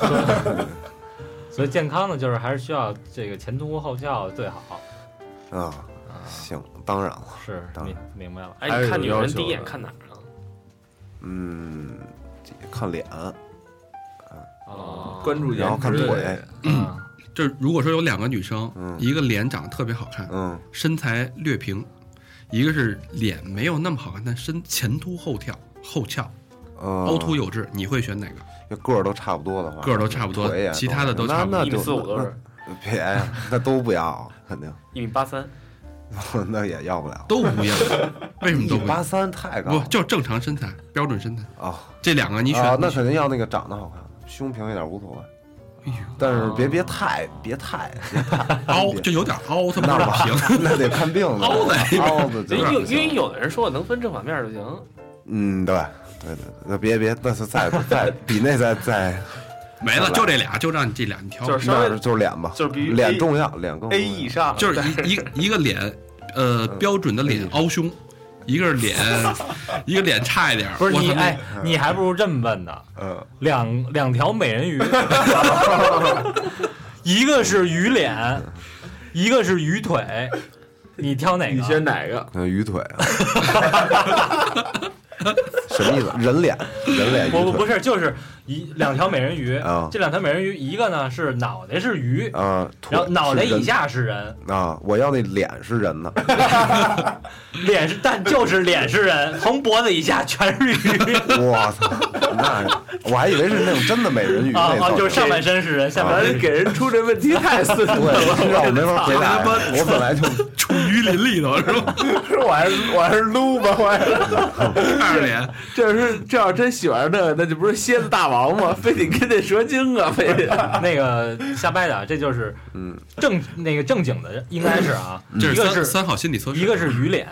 Speaker 5: 所以健康的就是还是需要这个前凸后翘最好。
Speaker 2: 啊，
Speaker 5: 啊，
Speaker 2: 行，当然了，
Speaker 5: 是
Speaker 2: 当
Speaker 5: 明明白了。
Speaker 4: 哎，
Speaker 3: 还
Speaker 4: 你
Speaker 3: 是
Speaker 4: 看
Speaker 3: 有
Speaker 4: 女
Speaker 3: 要
Speaker 4: 人
Speaker 3: 求
Speaker 4: 第一眼
Speaker 3: 的
Speaker 4: 看哪儿啊？
Speaker 2: 嗯，看脸，
Speaker 5: 哦，
Speaker 3: 关注颜值
Speaker 2: 然后看腿，
Speaker 5: 啊
Speaker 1: 就是如果说有两个女生，
Speaker 2: 嗯
Speaker 1: 一个脸长得特别好看，
Speaker 2: 嗯，
Speaker 1: 身材略平，一个是脸没有那么好看，但身前凸后翘，后翘，
Speaker 2: 呃，
Speaker 1: 凹凸有致，你会选哪个？
Speaker 2: 要个儿都差不多的话，
Speaker 1: 个儿都差不多
Speaker 2: 腿也
Speaker 1: 其他的都
Speaker 2: 那
Speaker 1: 差不多
Speaker 2: 那
Speaker 4: 一米
Speaker 2: 就
Speaker 4: 四五都是，
Speaker 2: 那别呀，那都不要，肯定
Speaker 4: 一米八三，
Speaker 2: 那也要不了。
Speaker 1: 都不一样，为什么都
Speaker 2: 一
Speaker 1: 不一
Speaker 2: 八
Speaker 1: 样？
Speaker 2: 三太高
Speaker 1: 不，就正常身材，标准身材。
Speaker 2: 啊
Speaker 1: 这两个你选，
Speaker 2: 啊，
Speaker 1: 你
Speaker 2: 那
Speaker 1: 选
Speaker 2: 肯定要那个长得好看，胸平一点无所谓。
Speaker 1: 哎
Speaker 2: 但是别别太别太别太
Speaker 1: 凹
Speaker 2: 别
Speaker 1: 就有点凹，它不是
Speaker 2: 那
Speaker 1: [LAUGHS]
Speaker 2: 吧 [LAUGHS]
Speaker 1: 平。
Speaker 2: 那得看病的，
Speaker 1: 凹的
Speaker 2: 凹的
Speaker 4: 因
Speaker 2: 就
Speaker 4: 为
Speaker 2: 是
Speaker 4: 有
Speaker 2: 不
Speaker 4: 因为
Speaker 2: 行。
Speaker 4: 有的人说我能分正反面就行，
Speaker 2: 嗯，对对对，对那别别，那是再再比那再再
Speaker 1: 没了，就这俩，就让你这俩你挑，
Speaker 4: 就
Speaker 1: 就是
Speaker 4: 稍
Speaker 2: 那
Speaker 4: 微
Speaker 2: 就是脸吧，
Speaker 4: 就是比
Speaker 2: 脸
Speaker 4: A-
Speaker 2: 重要，脸更重
Speaker 4: A
Speaker 2: 要
Speaker 4: 以上
Speaker 1: 是一一个一个脸，呃，
Speaker 2: 嗯
Speaker 1: 标准的脸凹胸，一个是脸，一个脸差一点儿。
Speaker 5: 不是
Speaker 1: 我
Speaker 5: 你
Speaker 1: 操那
Speaker 5: 哎，你还不如这么问呢。
Speaker 2: 嗯，
Speaker 5: 两两条美人
Speaker 3: [LAUGHS]
Speaker 5: 鱼，一个是鱼脸，一个是鱼腿，你挑哪个？
Speaker 3: 你选哪个？
Speaker 2: 那鱼腿啊， [LAUGHS] 什么意思？人脸，人脸鱼
Speaker 5: 不不不
Speaker 2: 腿
Speaker 5: 是，就是一两条美人鱼
Speaker 2: 啊。
Speaker 5: 这两条美人鱼，一个呢是脑袋是鱼，
Speaker 2: 啊，腿
Speaker 5: 然后脑袋
Speaker 2: 是人
Speaker 5: 以下是人，
Speaker 2: 啊，我要那脸是人的，
Speaker 5: 脸是但就是脸是人，从脖子以下全是鱼
Speaker 2: 我操，那我还以为是那种真的美人鱼
Speaker 5: 啊
Speaker 2: 那
Speaker 5: 啊！
Speaker 2: 种，
Speaker 5: 就是上半身是人，下半身是
Speaker 3: 咱
Speaker 5: 鱼
Speaker 3: 哦给人出这问题太孙子了，
Speaker 2: 对，让我没法回答，我本来就
Speaker 1: [LAUGHS] 处于林里头是吧？
Speaker 3: [LAUGHS] 我还是我还是撸吧，我还是
Speaker 1: 看着脸，
Speaker 3: 这是这要真喜欢那，那就不是蝎子大王吗？ [LAUGHS] 非得跟那蛇精啊，非得
Speaker 5: 那个瞎掰的，啊，这就是
Speaker 2: 嗯
Speaker 5: 正那个正经的，应该是啊，
Speaker 1: 这
Speaker 5: 一个
Speaker 1: 三
Speaker 5: 是
Speaker 1: 三好心理测试，
Speaker 5: 一个是鱼脸，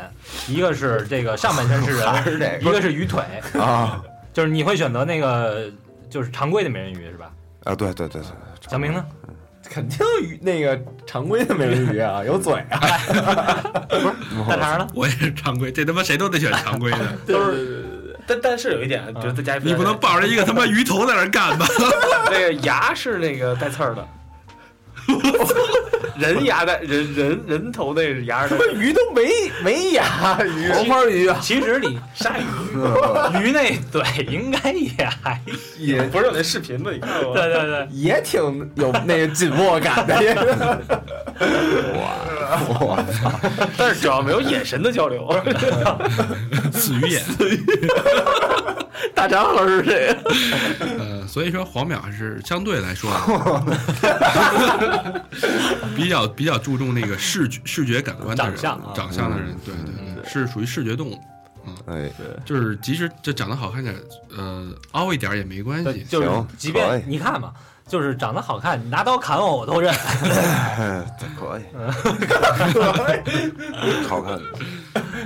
Speaker 5: 一个是这个上半身是
Speaker 2: 还
Speaker 5: 人，
Speaker 2: 是这
Speaker 5: 一个是鱼腿，
Speaker 2: 个啊
Speaker 5: 就是你会选择那个就是常规的美人鱼是吧？
Speaker 2: 啊，对对对对，
Speaker 5: 小明呢？
Speaker 7: 肯定鱼那个常规的美人鱼啊，有嘴啊，
Speaker 5: 大肠呢？
Speaker 1: 我也是常规，这他妈谁都得选常规
Speaker 5: [LAUGHS]
Speaker 1: 的，
Speaker 4: 都是。但但是有一点，比如再加一分，
Speaker 1: 你不能抱着一个他妈鱼头在那儿干吧？
Speaker 4: [LAUGHS] 那个牙是那个带刺儿的，人牙带人人人头那是牙是带刺儿的，
Speaker 7: 鱼都没没牙，鱼
Speaker 3: 黄花鱼啊，
Speaker 5: 其实你鲨鱼鱼那嘴应该也还
Speaker 7: 也
Speaker 4: 不是有那视频吗？你看过吗？
Speaker 5: 对对对，
Speaker 7: 也挺有那个紧迫感的，也
Speaker 4: 但是主要没有眼神的交流。
Speaker 1: 死鱼眼。
Speaker 3: 大长老是谁？
Speaker 1: 呃，所以说黄淼还是相对来说啊比较比较注重那个视觉视觉感官的人，
Speaker 5: 长相啊嗯
Speaker 1: 长相的人，对对对，是属于视觉动物，
Speaker 2: 哎，
Speaker 1: 就是即使这长得好看点，呃，凹一点也没关系。
Speaker 5: 就是
Speaker 2: 行
Speaker 5: 即
Speaker 2: 可
Speaker 5: 便
Speaker 2: 以
Speaker 5: 你看嘛，就是长得好看，你拿刀砍我我都认。
Speaker 2: 这可
Speaker 3: [LAUGHS]
Speaker 2: 以，好看，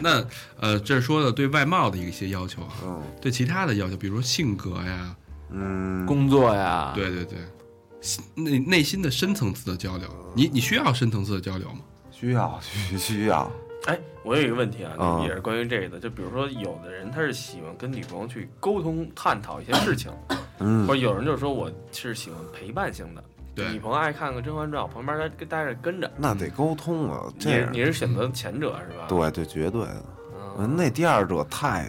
Speaker 1: 那呃，这是说的对外貌的一些要求啊，
Speaker 2: 嗯
Speaker 1: 对其他的要求，比如说性格呀，
Speaker 2: 嗯，
Speaker 3: 工作
Speaker 5: 啊
Speaker 3: 呀，，
Speaker 1: 对对对，心内内心的深层次的交流，你你需要深层次的交流吗？
Speaker 2: 需要 [LAUGHS] 需需要，
Speaker 4: 哎，我有一个问题啊，
Speaker 2: 啊
Speaker 4: 也是关于这个的，就比如说有的人他是喜欢跟女朋友去沟通探讨一些事情，
Speaker 2: 嗯
Speaker 4: 或者有人就说我是喜欢陪伴型的，
Speaker 1: 对
Speaker 4: 女朋友爱看个《甄嬛传》，我旁边待待着跟着。
Speaker 2: 那得沟通啊，这
Speaker 4: 你
Speaker 2: 样
Speaker 4: 你是选择前者是吧？
Speaker 2: 对对绝对的，
Speaker 4: 嗯，
Speaker 2: 嗯那第二者太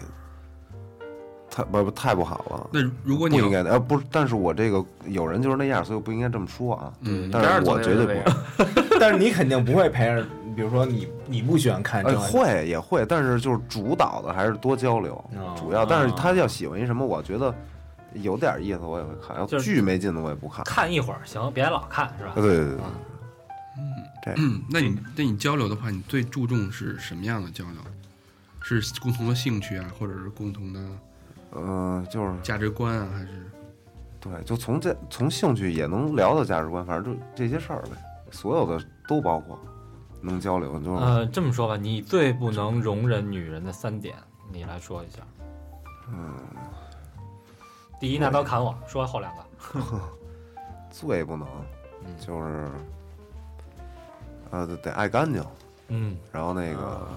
Speaker 2: 太不不太不好了。
Speaker 1: 那如果
Speaker 2: 不
Speaker 1: 你
Speaker 2: 应
Speaker 1: 有
Speaker 2: 该的，呃，不是，但是我这个有人就是那样，所以我不应该这么说啊。
Speaker 1: 嗯，
Speaker 2: 但是我绝对
Speaker 4: 不
Speaker 2: 不， [LAUGHS]
Speaker 7: [LAUGHS] 但是你肯定不会陪着，比如说你你不喜欢看
Speaker 2: 哎，
Speaker 7: 正案
Speaker 2: 会也会，但是就是主导的还是多交流，
Speaker 7: 哦
Speaker 2: 主要。但是他要喜欢一什么，我觉得有点意思，我也会看。要
Speaker 5: 就是
Speaker 2: 巨没劲的我也不看。
Speaker 5: 哦看一会儿行，别老看是吧
Speaker 2: 啊，？对对对对，
Speaker 1: 嗯那你那你交流的话，你最注重是什么样的交流？是共同的兴趣啊，或者是共同的
Speaker 2: 嗯、就是
Speaker 1: 价值观啊，还是
Speaker 2: 对，就从这从兴趣也能聊到价值观，反正就这些事儿呗，所有的都包括，能交流就是、
Speaker 5: 呃，这么说吧，你最不能容忍女人的三点，你来说一下。嗯，第一，拿刀砍我，说后两个。
Speaker 2: 最不能
Speaker 5: 嗯，
Speaker 2: 就是，呃，得得爱干净，
Speaker 5: 嗯，
Speaker 2: 然后那个，
Speaker 5: 啊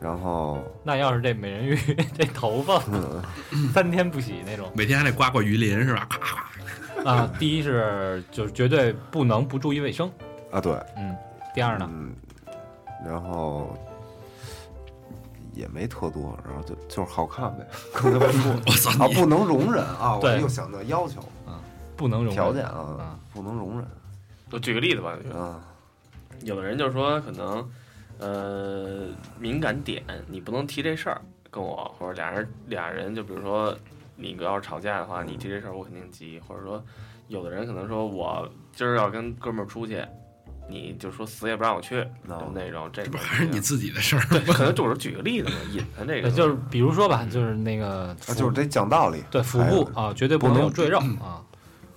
Speaker 2: 然后
Speaker 5: 那要是这美人鱼这头发
Speaker 2: 嗯
Speaker 5: 三天不洗那种
Speaker 1: 每天还得刮刮鱼鳞是吧？咔咔咔
Speaker 5: 啊，第一是就是绝对不能不注意卫生，
Speaker 2: 啊对，
Speaker 5: 嗯，第二呢，
Speaker 2: 嗯，然后也没特多，然后就就是好看
Speaker 5: [LAUGHS]
Speaker 2: 呗，刚才不说
Speaker 1: 我操
Speaker 2: 啊，
Speaker 1: 你！
Speaker 2: 不能容忍啊，我
Speaker 5: 对
Speaker 2: 又想到要求
Speaker 5: 不能容忍
Speaker 2: 嗯条件
Speaker 5: 啊
Speaker 2: 啊，不能容
Speaker 4: 我举个例子吧，
Speaker 2: 忍啊，
Speaker 4: 有的人就说可能，呃，敏感点你不能提这事儿跟我，或者俩人俩人就比如说你要是吵架的话，你提这事儿我肯定急，或者说有的人可能说我今儿要跟哥们儿出去，你就说死也不让我去，就
Speaker 2: 哦
Speaker 4: 那种这
Speaker 1: 这
Speaker 4: 种
Speaker 1: 不还是你自己的事儿？
Speaker 4: 对，可能就是举个例子嘛，引他这个
Speaker 5: 呃就是比如说吧，就是那个
Speaker 2: 啊就是得讲道理，
Speaker 5: 对腹
Speaker 2: 还有
Speaker 5: 部啊，绝对不
Speaker 2: 不
Speaker 5: 能
Speaker 2: 能
Speaker 5: 有赘肉啊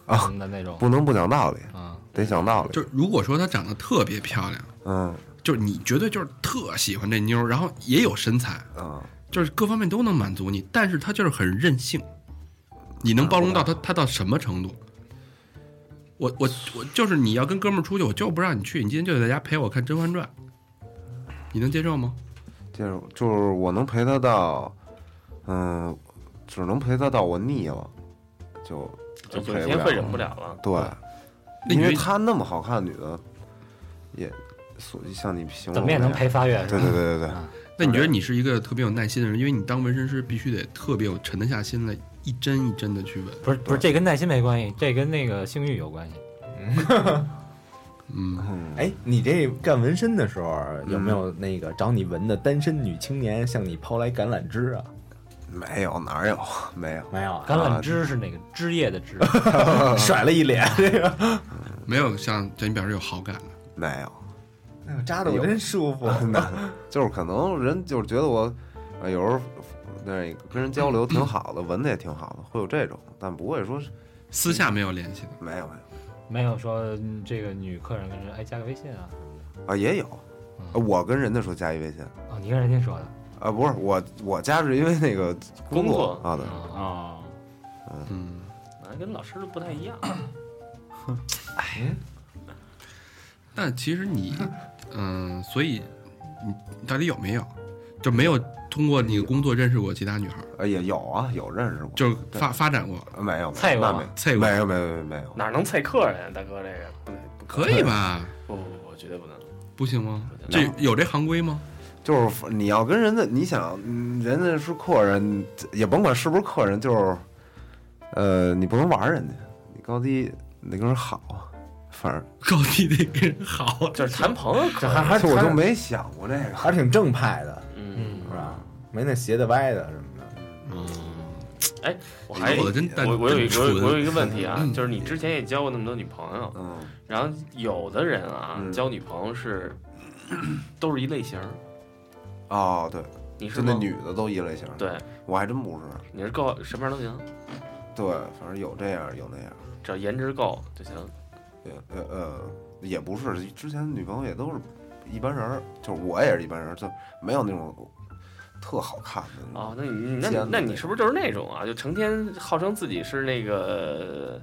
Speaker 2: 啊
Speaker 5: 什么的那种
Speaker 2: 不能不讲道理，
Speaker 5: 啊，
Speaker 2: 得讲道理，
Speaker 1: 就如果说她长得特别漂亮，
Speaker 2: 嗯
Speaker 1: 就是你绝对就是特喜欢这妞儿，然后也有身材，
Speaker 2: 啊，
Speaker 1: 就是各方面都能满足你，但是她就是很任性，你能包容到她她到什么程度？我我我就是你要跟哥们儿出去，我就不让你去，你今天就在家陪我看《甄嬛传》，你能接受吗？
Speaker 2: 就是就是我能陪他到，嗯，只能陪他到我腻了，就就
Speaker 4: 有
Speaker 2: 陪
Speaker 4: 些
Speaker 2: 了
Speaker 4: 会忍不了了。
Speaker 2: 对，
Speaker 1: 那
Speaker 2: 因
Speaker 1: 你
Speaker 2: 为
Speaker 1: 就
Speaker 2: 她那么好看的女的，也所像你形容
Speaker 5: 怎么也能
Speaker 2: 那样
Speaker 5: 陪啊发月是
Speaker 2: 嗯对
Speaker 5: 吧？
Speaker 2: 对对对对，
Speaker 1: 那你觉得你是一个特别有耐心的人，因为你当纹身师必须得特别有沉得下心来，一针一针的去纹。
Speaker 5: 不是不是，这跟耐心没关系，这跟那个性欲有关系。
Speaker 4: 啊
Speaker 1: 嗯，
Speaker 7: 哎，你这干纹身的时候有没有那个找你纹的单身女青年向你抛来橄榄枝啊？
Speaker 2: 没有哪有没有，
Speaker 7: 没有啊，
Speaker 5: 橄榄枝是哪个枝叶的
Speaker 2: [LAUGHS]
Speaker 5: 枝？
Speaker 7: [LAUGHS] 甩了一脸这个，
Speaker 1: 没有像对你表示有好感的，
Speaker 2: 没有，
Speaker 7: 哎呦扎的我真舒 [LAUGHS] 服。
Speaker 2: 就是可能人就是觉得我，呃有时候那个跟人交流挺好的，文的也挺好的，会有这种，但不会说是
Speaker 1: 私下没有联系的。
Speaker 2: 没有没有
Speaker 5: 没有说嗯这个女客人跟人哎加个微信啊
Speaker 2: 啊也有，呃
Speaker 5: 嗯
Speaker 2: 我跟人家说加一微信
Speaker 5: 哦，你跟人家说的
Speaker 2: 啊，不是我我加是因为那个
Speaker 4: 工
Speaker 2: 作
Speaker 4: 作
Speaker 2: 啊对，
Speaker 5: 啊
Speaker 1: 哦
Speaker 3: 啊，
Speaker 1: 嗯，
Speaker 4: 啊，跟老师都不太一样。
Speaker 1: 但其实你，嗯、所以你你到底有没有？就没有通过你的工作认识过其他女孩，
Speaker 2: 啊也有啊有认识过，
Speaker 1: 就是发发展过，
Speaker 2: 啊没有
Speaker 5: 菜
Speaker 2: 没有
Speaker 5: 吧
Speaker 2: 那没
Speaker 1: 菜吧
Speaker 2: 没有没有没有没有，
Speaker 4: 哪能菜客人啊，大哥，这个不能不
Speaker 1: 可以吧？
Speaker 4: 不不不，绝对不能。
Speaker 1: 不行吗？
Speaker 4: 不行
Speaker 1: 这有这行规吗？
Speaker 2: 就是你要跟人家，你想嗯人家是客人，也甭管是不是客人，就是，呃，你不能玩人家，你高低你得跟人好啊，反正
Speaker 1: 高低得跟人好啊，
Speaker 4: 就是谈朋友可
Speaker 7: 这
Speaker 4: 以，
Speaker 7: 还还
Speaker 2: 就我
Speaker 7: 还
Speaker 2: 就没想过这个，
Speaker 7: 还是挺正派的，
Speaker 4: 嗯，
Speaker 7: 是吧？没那斜的歪的什么的。
Speaker 2: 嗯
Speaker 4: 嗯哎我还
Speaker 1: 我真单
Speaker 4: 哎我我有一
Speaker 1: 单
Speaker 4: 我有
Speaker 1: 纯
Speaker 4: 我有一个问题啊，就是你之前也交过那么多女朋友，
Speaker 2: 嗯，
Speaker 4: 然后有的人啊
Speaker 2: 嗯
Speaker 4: 交女朋
Speaker 2: [CLEARS THROAT]
Speaker 4: 友是都是一类型儿，
Speaker 2: 哦，对，
Speaker 4: 你是
Speaker 2: 就那
Speaker 4: 吗
Speaker 2: 女的都一类型，，
Speaker 4: 对，
Speaker 2: 我还真不是，
Speaker 4: 你是够什么样都行，
Speaker 2: 对，反正有这样有那样，
Speaker 4: 只要颜值够就行。
Speaker 2: 呃呃呃，也不是，之前女朋友也都是一般人儿，就是我也是一般人儿，就没有那种特好看的那种。
Speaker 4: 哦，那你那
Speaker 2: 尖
Speaker 4: 你
Speaker 2: 的那
Speaker 4: 那你是不是就是那种啊？就成天号称自己是那个，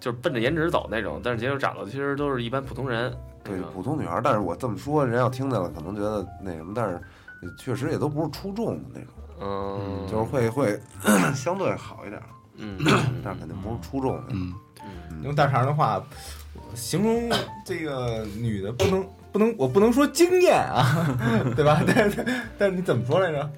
Speaker 4: 就是奔着颜值走那种，但是结果长得其实都是一般普通人。
Speaker 2: 对
Speaker 4: 那种
Speaker 2: 普通女孩儿，但是我这么说，人要听见了可能觉得那什么，但是确实也都不是出众的那种，
Speaker 4: 嗯，
Speaker 2: 就是会会 [CLEARS THROAT] 相对好一点儿， [CLEARS THROAT]
Speaker 4: 嗯，
Speaker 2: 但
Speaker 4: 嗯
Speaker 2: 是肯定不是出众的。
Speaker 1: 嗯，
Speaker 7: 用大肠的话形容这个女的，不能不能，我不能说惊艳啊， [LAUGHS] 对吧？但是但是你怎么说来着？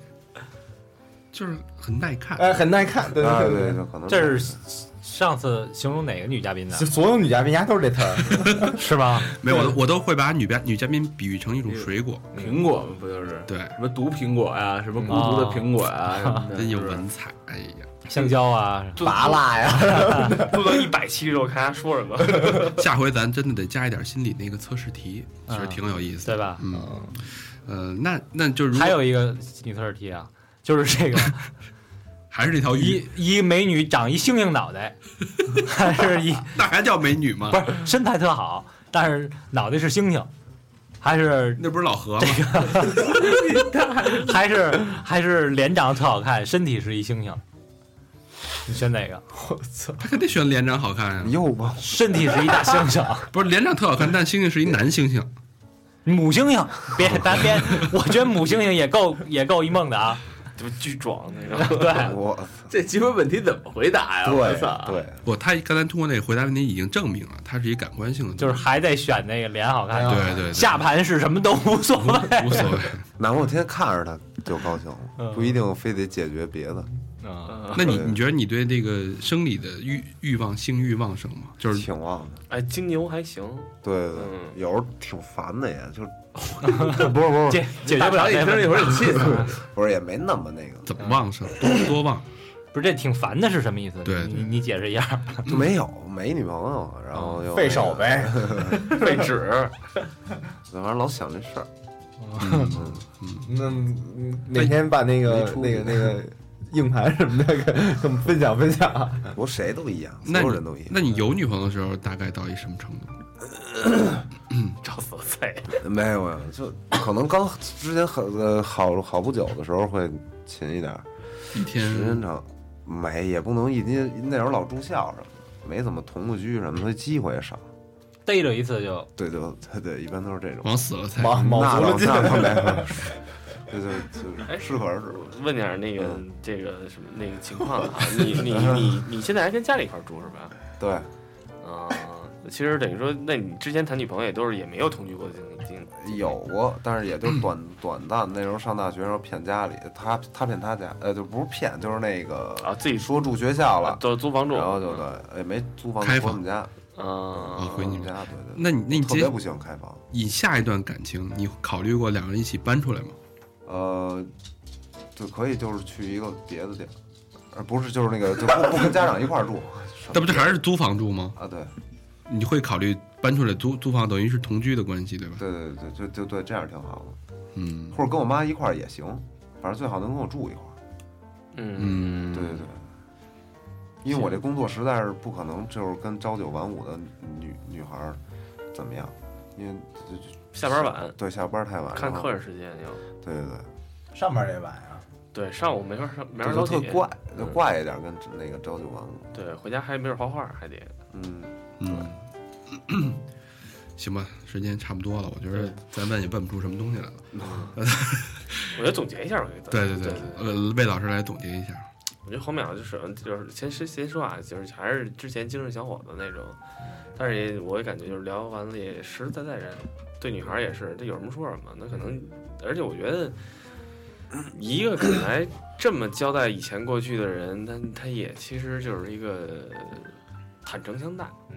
Speaker 1: 就是很耐看。
Speaker 7: 哎，很耐看，对
Speaker 2: 啊
Speaker 7: 对
Speaker 2: 对，
Speaker 7: 对。
Speaker 2: 可能
Speaker 5: 这是上次形容哪个女嘉宾
Speaker 2: [LAUGHS]
Speaker 5: 的
Speaker 7: 就？所有女嘉宾家都是这词儿，
Speaker 5: 是吧？
Speaker 1: 没有，我都我都会把女嘉女嘉宾比喻成一种水果，
Speaker 3: 苹果不就是
Speaker 1: 对，
Speaker 3: 什么毒苹果呀、什么孤独的苹果呀、什么 [LAUGHS] 的
Speaker 1: 真有
Speaker 3: 是吧
Speaker 1: 文采。哎呀，
Speaker 5: 香蕉啊，
Speaker 7: 拔辣呀，
Speaker 4: 录到一百期之后，看他说什么。
Speaker 1: 下回咱真的得加一点心理那个测试题，其实挺有意思的。
Speaker 5: 啊对吧？啊
Speaker 1: 嗯，呃，那那就如果
Speaker 5: 还有一个女特试题啊，就是这个
Speaker 1: 还是这条鱼，
Speaker 5: 一一美女长一猩猩脑袋， [LAUGHS] 还是一
Speaker 1: 那还叫美女吗
Speaker 5: 不？是身材特好，但是脑袋是猩猩，还是
Speaker 1: 那不是老何吗？
Speaker 5: 还是还是脸长得特好看，身体是一猩猩。你选哪个？
Speaker 1: 他肯定选连长好看呀。
Speaker 2: 又吧，
Speaker 5: 身体是一大猩猩，
Speaker 1: 不是连长特好看，但猩猩是一男猩猩，
Speaker 5: 母猩猩，别咱别，我觉得母猩猩也够也够一梦的啊。
Speaker 4: 就巨壮那种。
Speaker 5: 对，
Speaker 2: 我
Speaker 3: 哎这鸡巴问题怎么回答呀？我操！
Speaker 2: 对
Speaker 1: 不，他刚才通过那个回答问题已经证明了，它是一感官性的
Speaker 5: 就
Speaker 1: 东
Speaker 5: 是
Speaker 1: 西，
Speaker 5: 还得选那个脸好看
Speaker 1: 对
Speaker 5: 的，
Speaker 1: 对对，
Speaker 5: 下盘是什么都无所谓。
Speaker 1: 无所谓。
Speaker 2: 哪怕我天天看着他就高兴了，
Speaker 5: 嗯
Speaker 2: 不一定非得解决别的，
Speaker 1: [LAUGHS] 那你你觉得你对这个生理的欲欲望性欲旺盛吗？就是
Speaker 2: 挺旺的。
Speaker 4: [LAUGHS] 哎，金牛还行，
Speaker 2: 对对对
Speaker 4: 嗯，
Speaker 2: 有时候挺烦的也，就不是不是
Speaker 5: 解解决不了
Speaker 3: 一
Speaker 5: 这问题。
Speaker 3: 听一会儿你气死了。
Speaker 2: 不是也没那么那个，
Speaker 1: 怎么旺盛，多多旺。
Speaker 5: 不是这挺烦的是什么意思？
Speaker 1: 对
Speaker 5: 你你解释一下。 [LAUGHS]
Speaker 2: 就没有没女朋友，然后又
Speaker 7: 嗯费手，呗。
Speaker 4: 废纸，
Speaker 2: 反正老想这事儿。嗯
Speaker 7: 那嗯哪天把那个
Speaker 2: 没出
Speaker 7: 那个那个硬盘什么的给给我们分享分享 [LAUGHS] 啊。
Speaker 2: 我谁都一样，所
Speaker 1: 那
Speaker 2: 有
Speaker 1: 你
Speaker 2: 人都一样
Speaker 1: 那你有女朋友的时候，大概到一什么程度？
Speaker 4: 找死废。。
Speaker 2: 没有没有，就可能刚之前很呃好好不久的时候会勤一点儿，
Speaker 1: 一
Speaker 2: 时间
Speaker 1: 天
Speaker 2: 长没也不能一天那时候老住校什么的，没怎么同过居什么的，所以机会也少。
Speaker 5: 逮着一次就
Speaker 2: 对对对对，一般都是这种。
Speaker 1: 往死了猜。
Speaker 7: 毛毛
Speaker 2: 那
Speaker 7: 嗯足
Speaker 2: 倒
Speaker 7: 了劲，
Speaker 1: [LAUGHS]
Speaker 2: 那倒没有， [LAUGHS] 对对
Speaker 4: 哎
Speaker 2: 对，适可而止。
Speaker 4: 问点儿那个这个什么那个情况啊，你你你你现在还跟家里一块儿住是吧？
Speaker 2: 对，
Speaker 4: 啊、其实等于说，那你之前谈女朋友也都是也没有同居过的经历经历，
Speaker 2: 有过，但是
Speaker 1: [CLEARS THROAT]
Speaker 2: 也就是短短暂。那时候上大学时候骗家里，他他骗他家，呃，就不是骗，就是那个
Speaker 4: 啊，自己
Speaker 2: 说住学校了，
Speaker 4: 都租房住，
Speaker 2: 然后就对，也没租房
Speaker 1: 开
Speaker 2: 子
Speaker 1: 房啊
Speaker 2: 回我们家，
Speaker 4: 嗯，
Speaker 1: 回你们
Speaker 2: 家，对对对。
Speaker 1: 那你那你
Speaker 2: 特别
Speaker 1: 接
Speaker 2: 不喜欢开房，
Speaker 1: 以下一段感情，你考虑过两个人一起搬出来吗？
Speaker 2: 呃，就可以就是去一个别的地儿，而不是就是那个就不不跟家长一块儿住，
Speaker 1: [LAUGHS] 那不就还是租房住吗？
Speaker 2: 啊？对
Speaker 1: 你会考虑搬出来租租房，等于是同居的关系，对吧？
Speaker 2: 对对对，就就对，这样挺好的，
Speaker 1: 嗯
Speaker 2: 或者跟我妈一块儿也行，反正最好能跟我住一块儿。
Speaker 4: 嗯，
Speaker 1: 嗯，
Speaker 2: 对对对，因为我这工作实在是不可能就是跟朝九晚五的女女孩儿怎么样，因为就就
Speaker 4: 下班晚，
Speaker 2: 对下班太晚，
Speaker 4: 看
Speaker 2: 然后
Speaker 4: 客人时间又，
Speaker 2: 对对对。
Speaker 7: 上面这晚啊，
Speaker 4: 对，上午没法上，没法
Speaker 2: 就
Speaker 4: 走
Speaker 2: 特
Speaker 4: 铁，
Speaker 2: 怪，就怪一点，跟那个朝九晚五。
Speaker 4: 对，回家还没法画画，还得，
Speaker 2: 嗯，
Speaker 1: 嗯， [CLEARS THROAT] 行吧，时间差不多了，我觉得咱问也问不出什么东西来了。
Speaker 4: 我觉得总结一下吧，我觉
Speaker 1: 对
Speaker 4: 得
Speaker 1: 对对
Speaker 4: 对，
Speaker 1: 呃，魏老师来总结一下。
Speaker 4: 我觉得黄淼就是就是先先先说啊，就是还是之前精神小伙子那种，但是也我也感觉就是聊完了也实实在在人，对女孩儿也是，这有什么说什么，那可能，而且我觉得一个敢来这么交代以前过去的人，他他也其实就是一个坦诚相待，
Speaker 7: 嗯，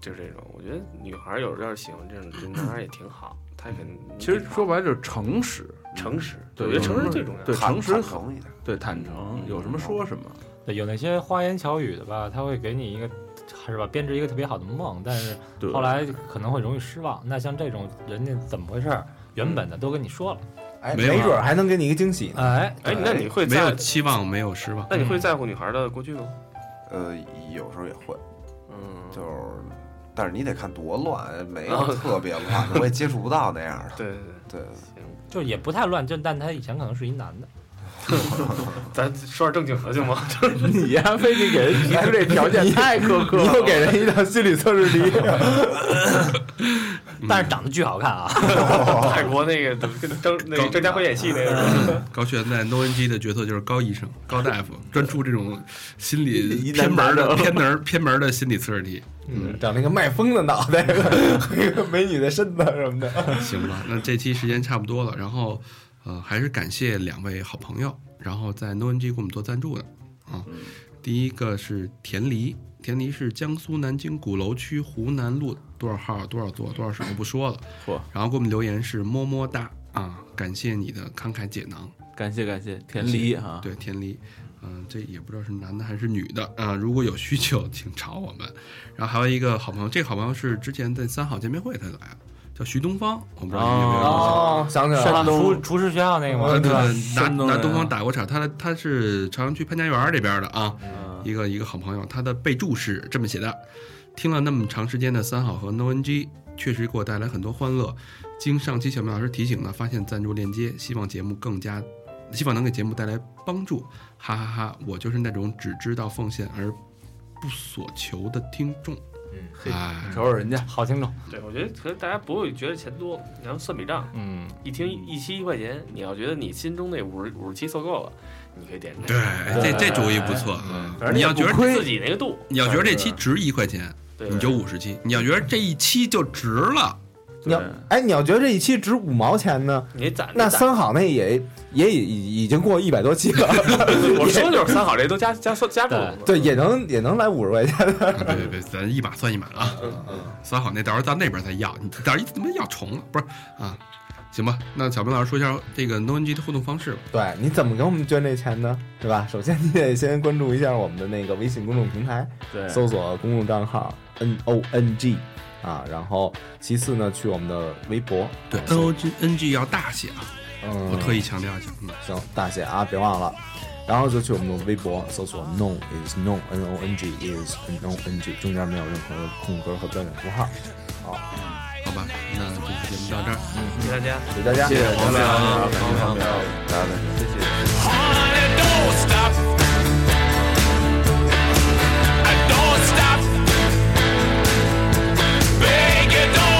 Speaker 4: 就是这种。我觉得女孩儿有要是喜欢这种对男孩儿也挺好，他也肯
Speaker 3: 其实说白了就是诚实，
Speaker 4: 诚实，
Speaker 3: 对
Speaker 4: 我觉得
Speaker 3: 有
Speaker 4: 诚
Speaker 3: 什
Speaker 4: 实
Speaker 3: 么
Speaker 4: 最重要。
Speaker 3: 对
Speaker 2: 坦
Speaker 3: 诚实
Speaker 2: 坦诚一点。
Speaker 3: 对坦诚，有什么说什么。
Speaker 5: 对有那些花言巧语的吧，他会给你一个是吧编织一个特别好的梦，但是
Speaker 3: 对，
Speaker 5: 后来可能会容易失望。那像这种人家怎么回事儿，原本的都跟你说了，
Speaker 7: 哎，
Speaker 1: 没有啊
Speaker 7: 没准儿还能给你一个惊喜呢。
Speaker 3: 嗯
Speaker 5: 哎，
Speaker 4: 哎，那你会
Speaker 1: 没有
Speaker 4: 在
Speaker 1: 期望，没有失望。
Speaker 2: 嗯
Speaker 4: 那你会在乎女孩儿的过去吗？
Speaker 2: 呃，有时候也会，
Speaker 4: 啊、嗯，
Speaker 2: 就是，但是你得看多乱，没有特别乱的，我也接触不到那样的。
Speaker 4: 对对对，
Speaker 2: 嗯 [LAUGHS] 对，
Speaker 4: [LAUGHS] 行，
Speaker 5: 就也不太乱，就但他以前可能是一男的，
Speaker 4: 咱说点正经的行 [LAUGHS] 吗？
Speaker 3: 你呀、非得给人提出这条件太苛刻
Speaker 7: 你
Speaker 3: 了。
Speaker 7: 又给人一道心理测试题，
Speaker 5: [LAUGHS] 但是长得巨好看啊，
Speaker 4: 泰国那个跟张那个
Speaker 1: 高
Speaker 4: 张家辉演戏那
Speaker 1: 嗯
Speaker 4: 个，
Speaker 1: [COUGHS] 高悬在 No N G 的角色就是高医生、高大夫，专出这种心理
Speaker 7: 疑难
Speaker 1: 偏门儿的
Speaker 7: 杂症 [LAUGHS]
Speaker 1: 偏门儿偏门儿的心理测试题。
Speaker 7: 嗯，长了一个麦风的脑袋， [LAUGHS] 和一个美女的身子什么的。
Speaker 1: 行吧，那这期时间差不多了，然后呃，还是感谢两位好朋友，然后在 No N G 给我们做赞助的啊。
Speaker 7: 嗯
Speaker 1: 第一个是田黎，田黎是江苏南京鼓楼区湖南路多少号多少座多少室就不说了。
Speaker 3: 嚯
Speaker 1: 然后给我们留言是么么哒啊，感谢你的慷慨解囊。
Speaker 3: 感谢感谢田黎啊，
Speaker 1: 对，田黎，嗯、这也不知道是男的还是女的啊、如果有需求，请找我们。然后还有一个好朋友，这个好朋友是之前在三好见面会他来的，叫徐东方，我不知道你有没有印象。
Speaker 7: [LAUGHS]
Speaker 5: [LAUGHS]
Speaker 3: 嗯
Speaker 7: 哦，想起来
Speaker 5: 山
Speaker 7: 了，
Speaker 5: 厨厨师学校那个
Speaker 7: 嗯
Speaker 5: 吗？
Speaker 1: 对吧拿
Speaker 3: 山东
Speaker 1: 拿
Speaker 3: 人
Speaker 1: 东
Speaker 3: 啊
Speaker 1: 方打过场，他他是朝阳区潘家园这边的啊，一个一个好朋友，他的备注是这么写的：听了那么长时间的三好和 No N G，确实给我带来很多欢乐。经上期小明老师提醒呢，发现赞助链接，希望节目更加，希望能给节目带来帮助，哈哈哈我就是那种只知道奉献而不所求的听众。
Speaker 7: 嗯
Speaker 1: 哎，
Speaker 3: 瞅瞅人家，
Speaker 5: 好听众，
Speaker 4: 对我觉得可能大家不会觉得钱多，然后算笔账，
Speaker 5: 嗯，
Speaker 4: 一听一期一块钱，你要觉得你心中那五十五十期凑够了，你可以点这
Speaker 1: 对
Speaker 4: 个，，
Speaker 1: 这这主意不错啊
Speaker 4: 反！正
Speaker 1: 你要
Speaker 4: 也
Speaker 1: 觉
Speaker 4: 不
Speaker 1: 得
Speaker 4: 亏自己嗯那个度，
Speaker 1: 你要觉得这期值一块钱，
Speaker 4: 对，
Speaker 1: 你就五十期；你要觉得这一期就值了，
Speaker 7: 你要哎，你要觉得这一期值五毛钱呢，
Speaker 4: 你攒着
Speaker 7: 那
Speaker 4: 攒
Speaker 7: 三好那也也已已经过一百多期 [LAUGHS] 了，
Speaker 4: 我说就是三好这都加加算加注了嘛，
Speaker 7: 对，也能也能来五十块钱。
Speaker 1: 啊别别别，咱一码算一码啊！算好那到时候到那边再要，你到时候一他妈要重了，不是啊？行吧，那小明老师说一下这个 No N G 的互动方式吧。
Speaker 7: 对，你怎么给我们捐这钱呢？对吧？首先你得先关注一下我们的那个微信公众平台，
Speaker 3: 对
Speaker 7: 搜索公众账号 N O N G 啊，然后其次呢，去我们的微博，
Speaker 1: 对
Speaker 7: 啊
Speaker 1: ，N O G N G 要大写啊，
Speaker 7: 嗯，
Speaker 1: 我特意强调一下。嗯，
Speaker 7: 行，大写啊，别忘了。然后就去我们的微博搜索 “no is no n o n g is n o n g”，中间没有任何空格和标点符号。
Speaker 1: 好吧，那这期节目到这儿。
Speaker 4: 谢谢大家。
Speaker 7: 谢谢大家，
Speaker 3: 谢谢黄淼，
Speaker 2: 啊
Speaker 3: 黄淼，
Speaker 8: Honey, don't stop. I don't stop. Baby, don't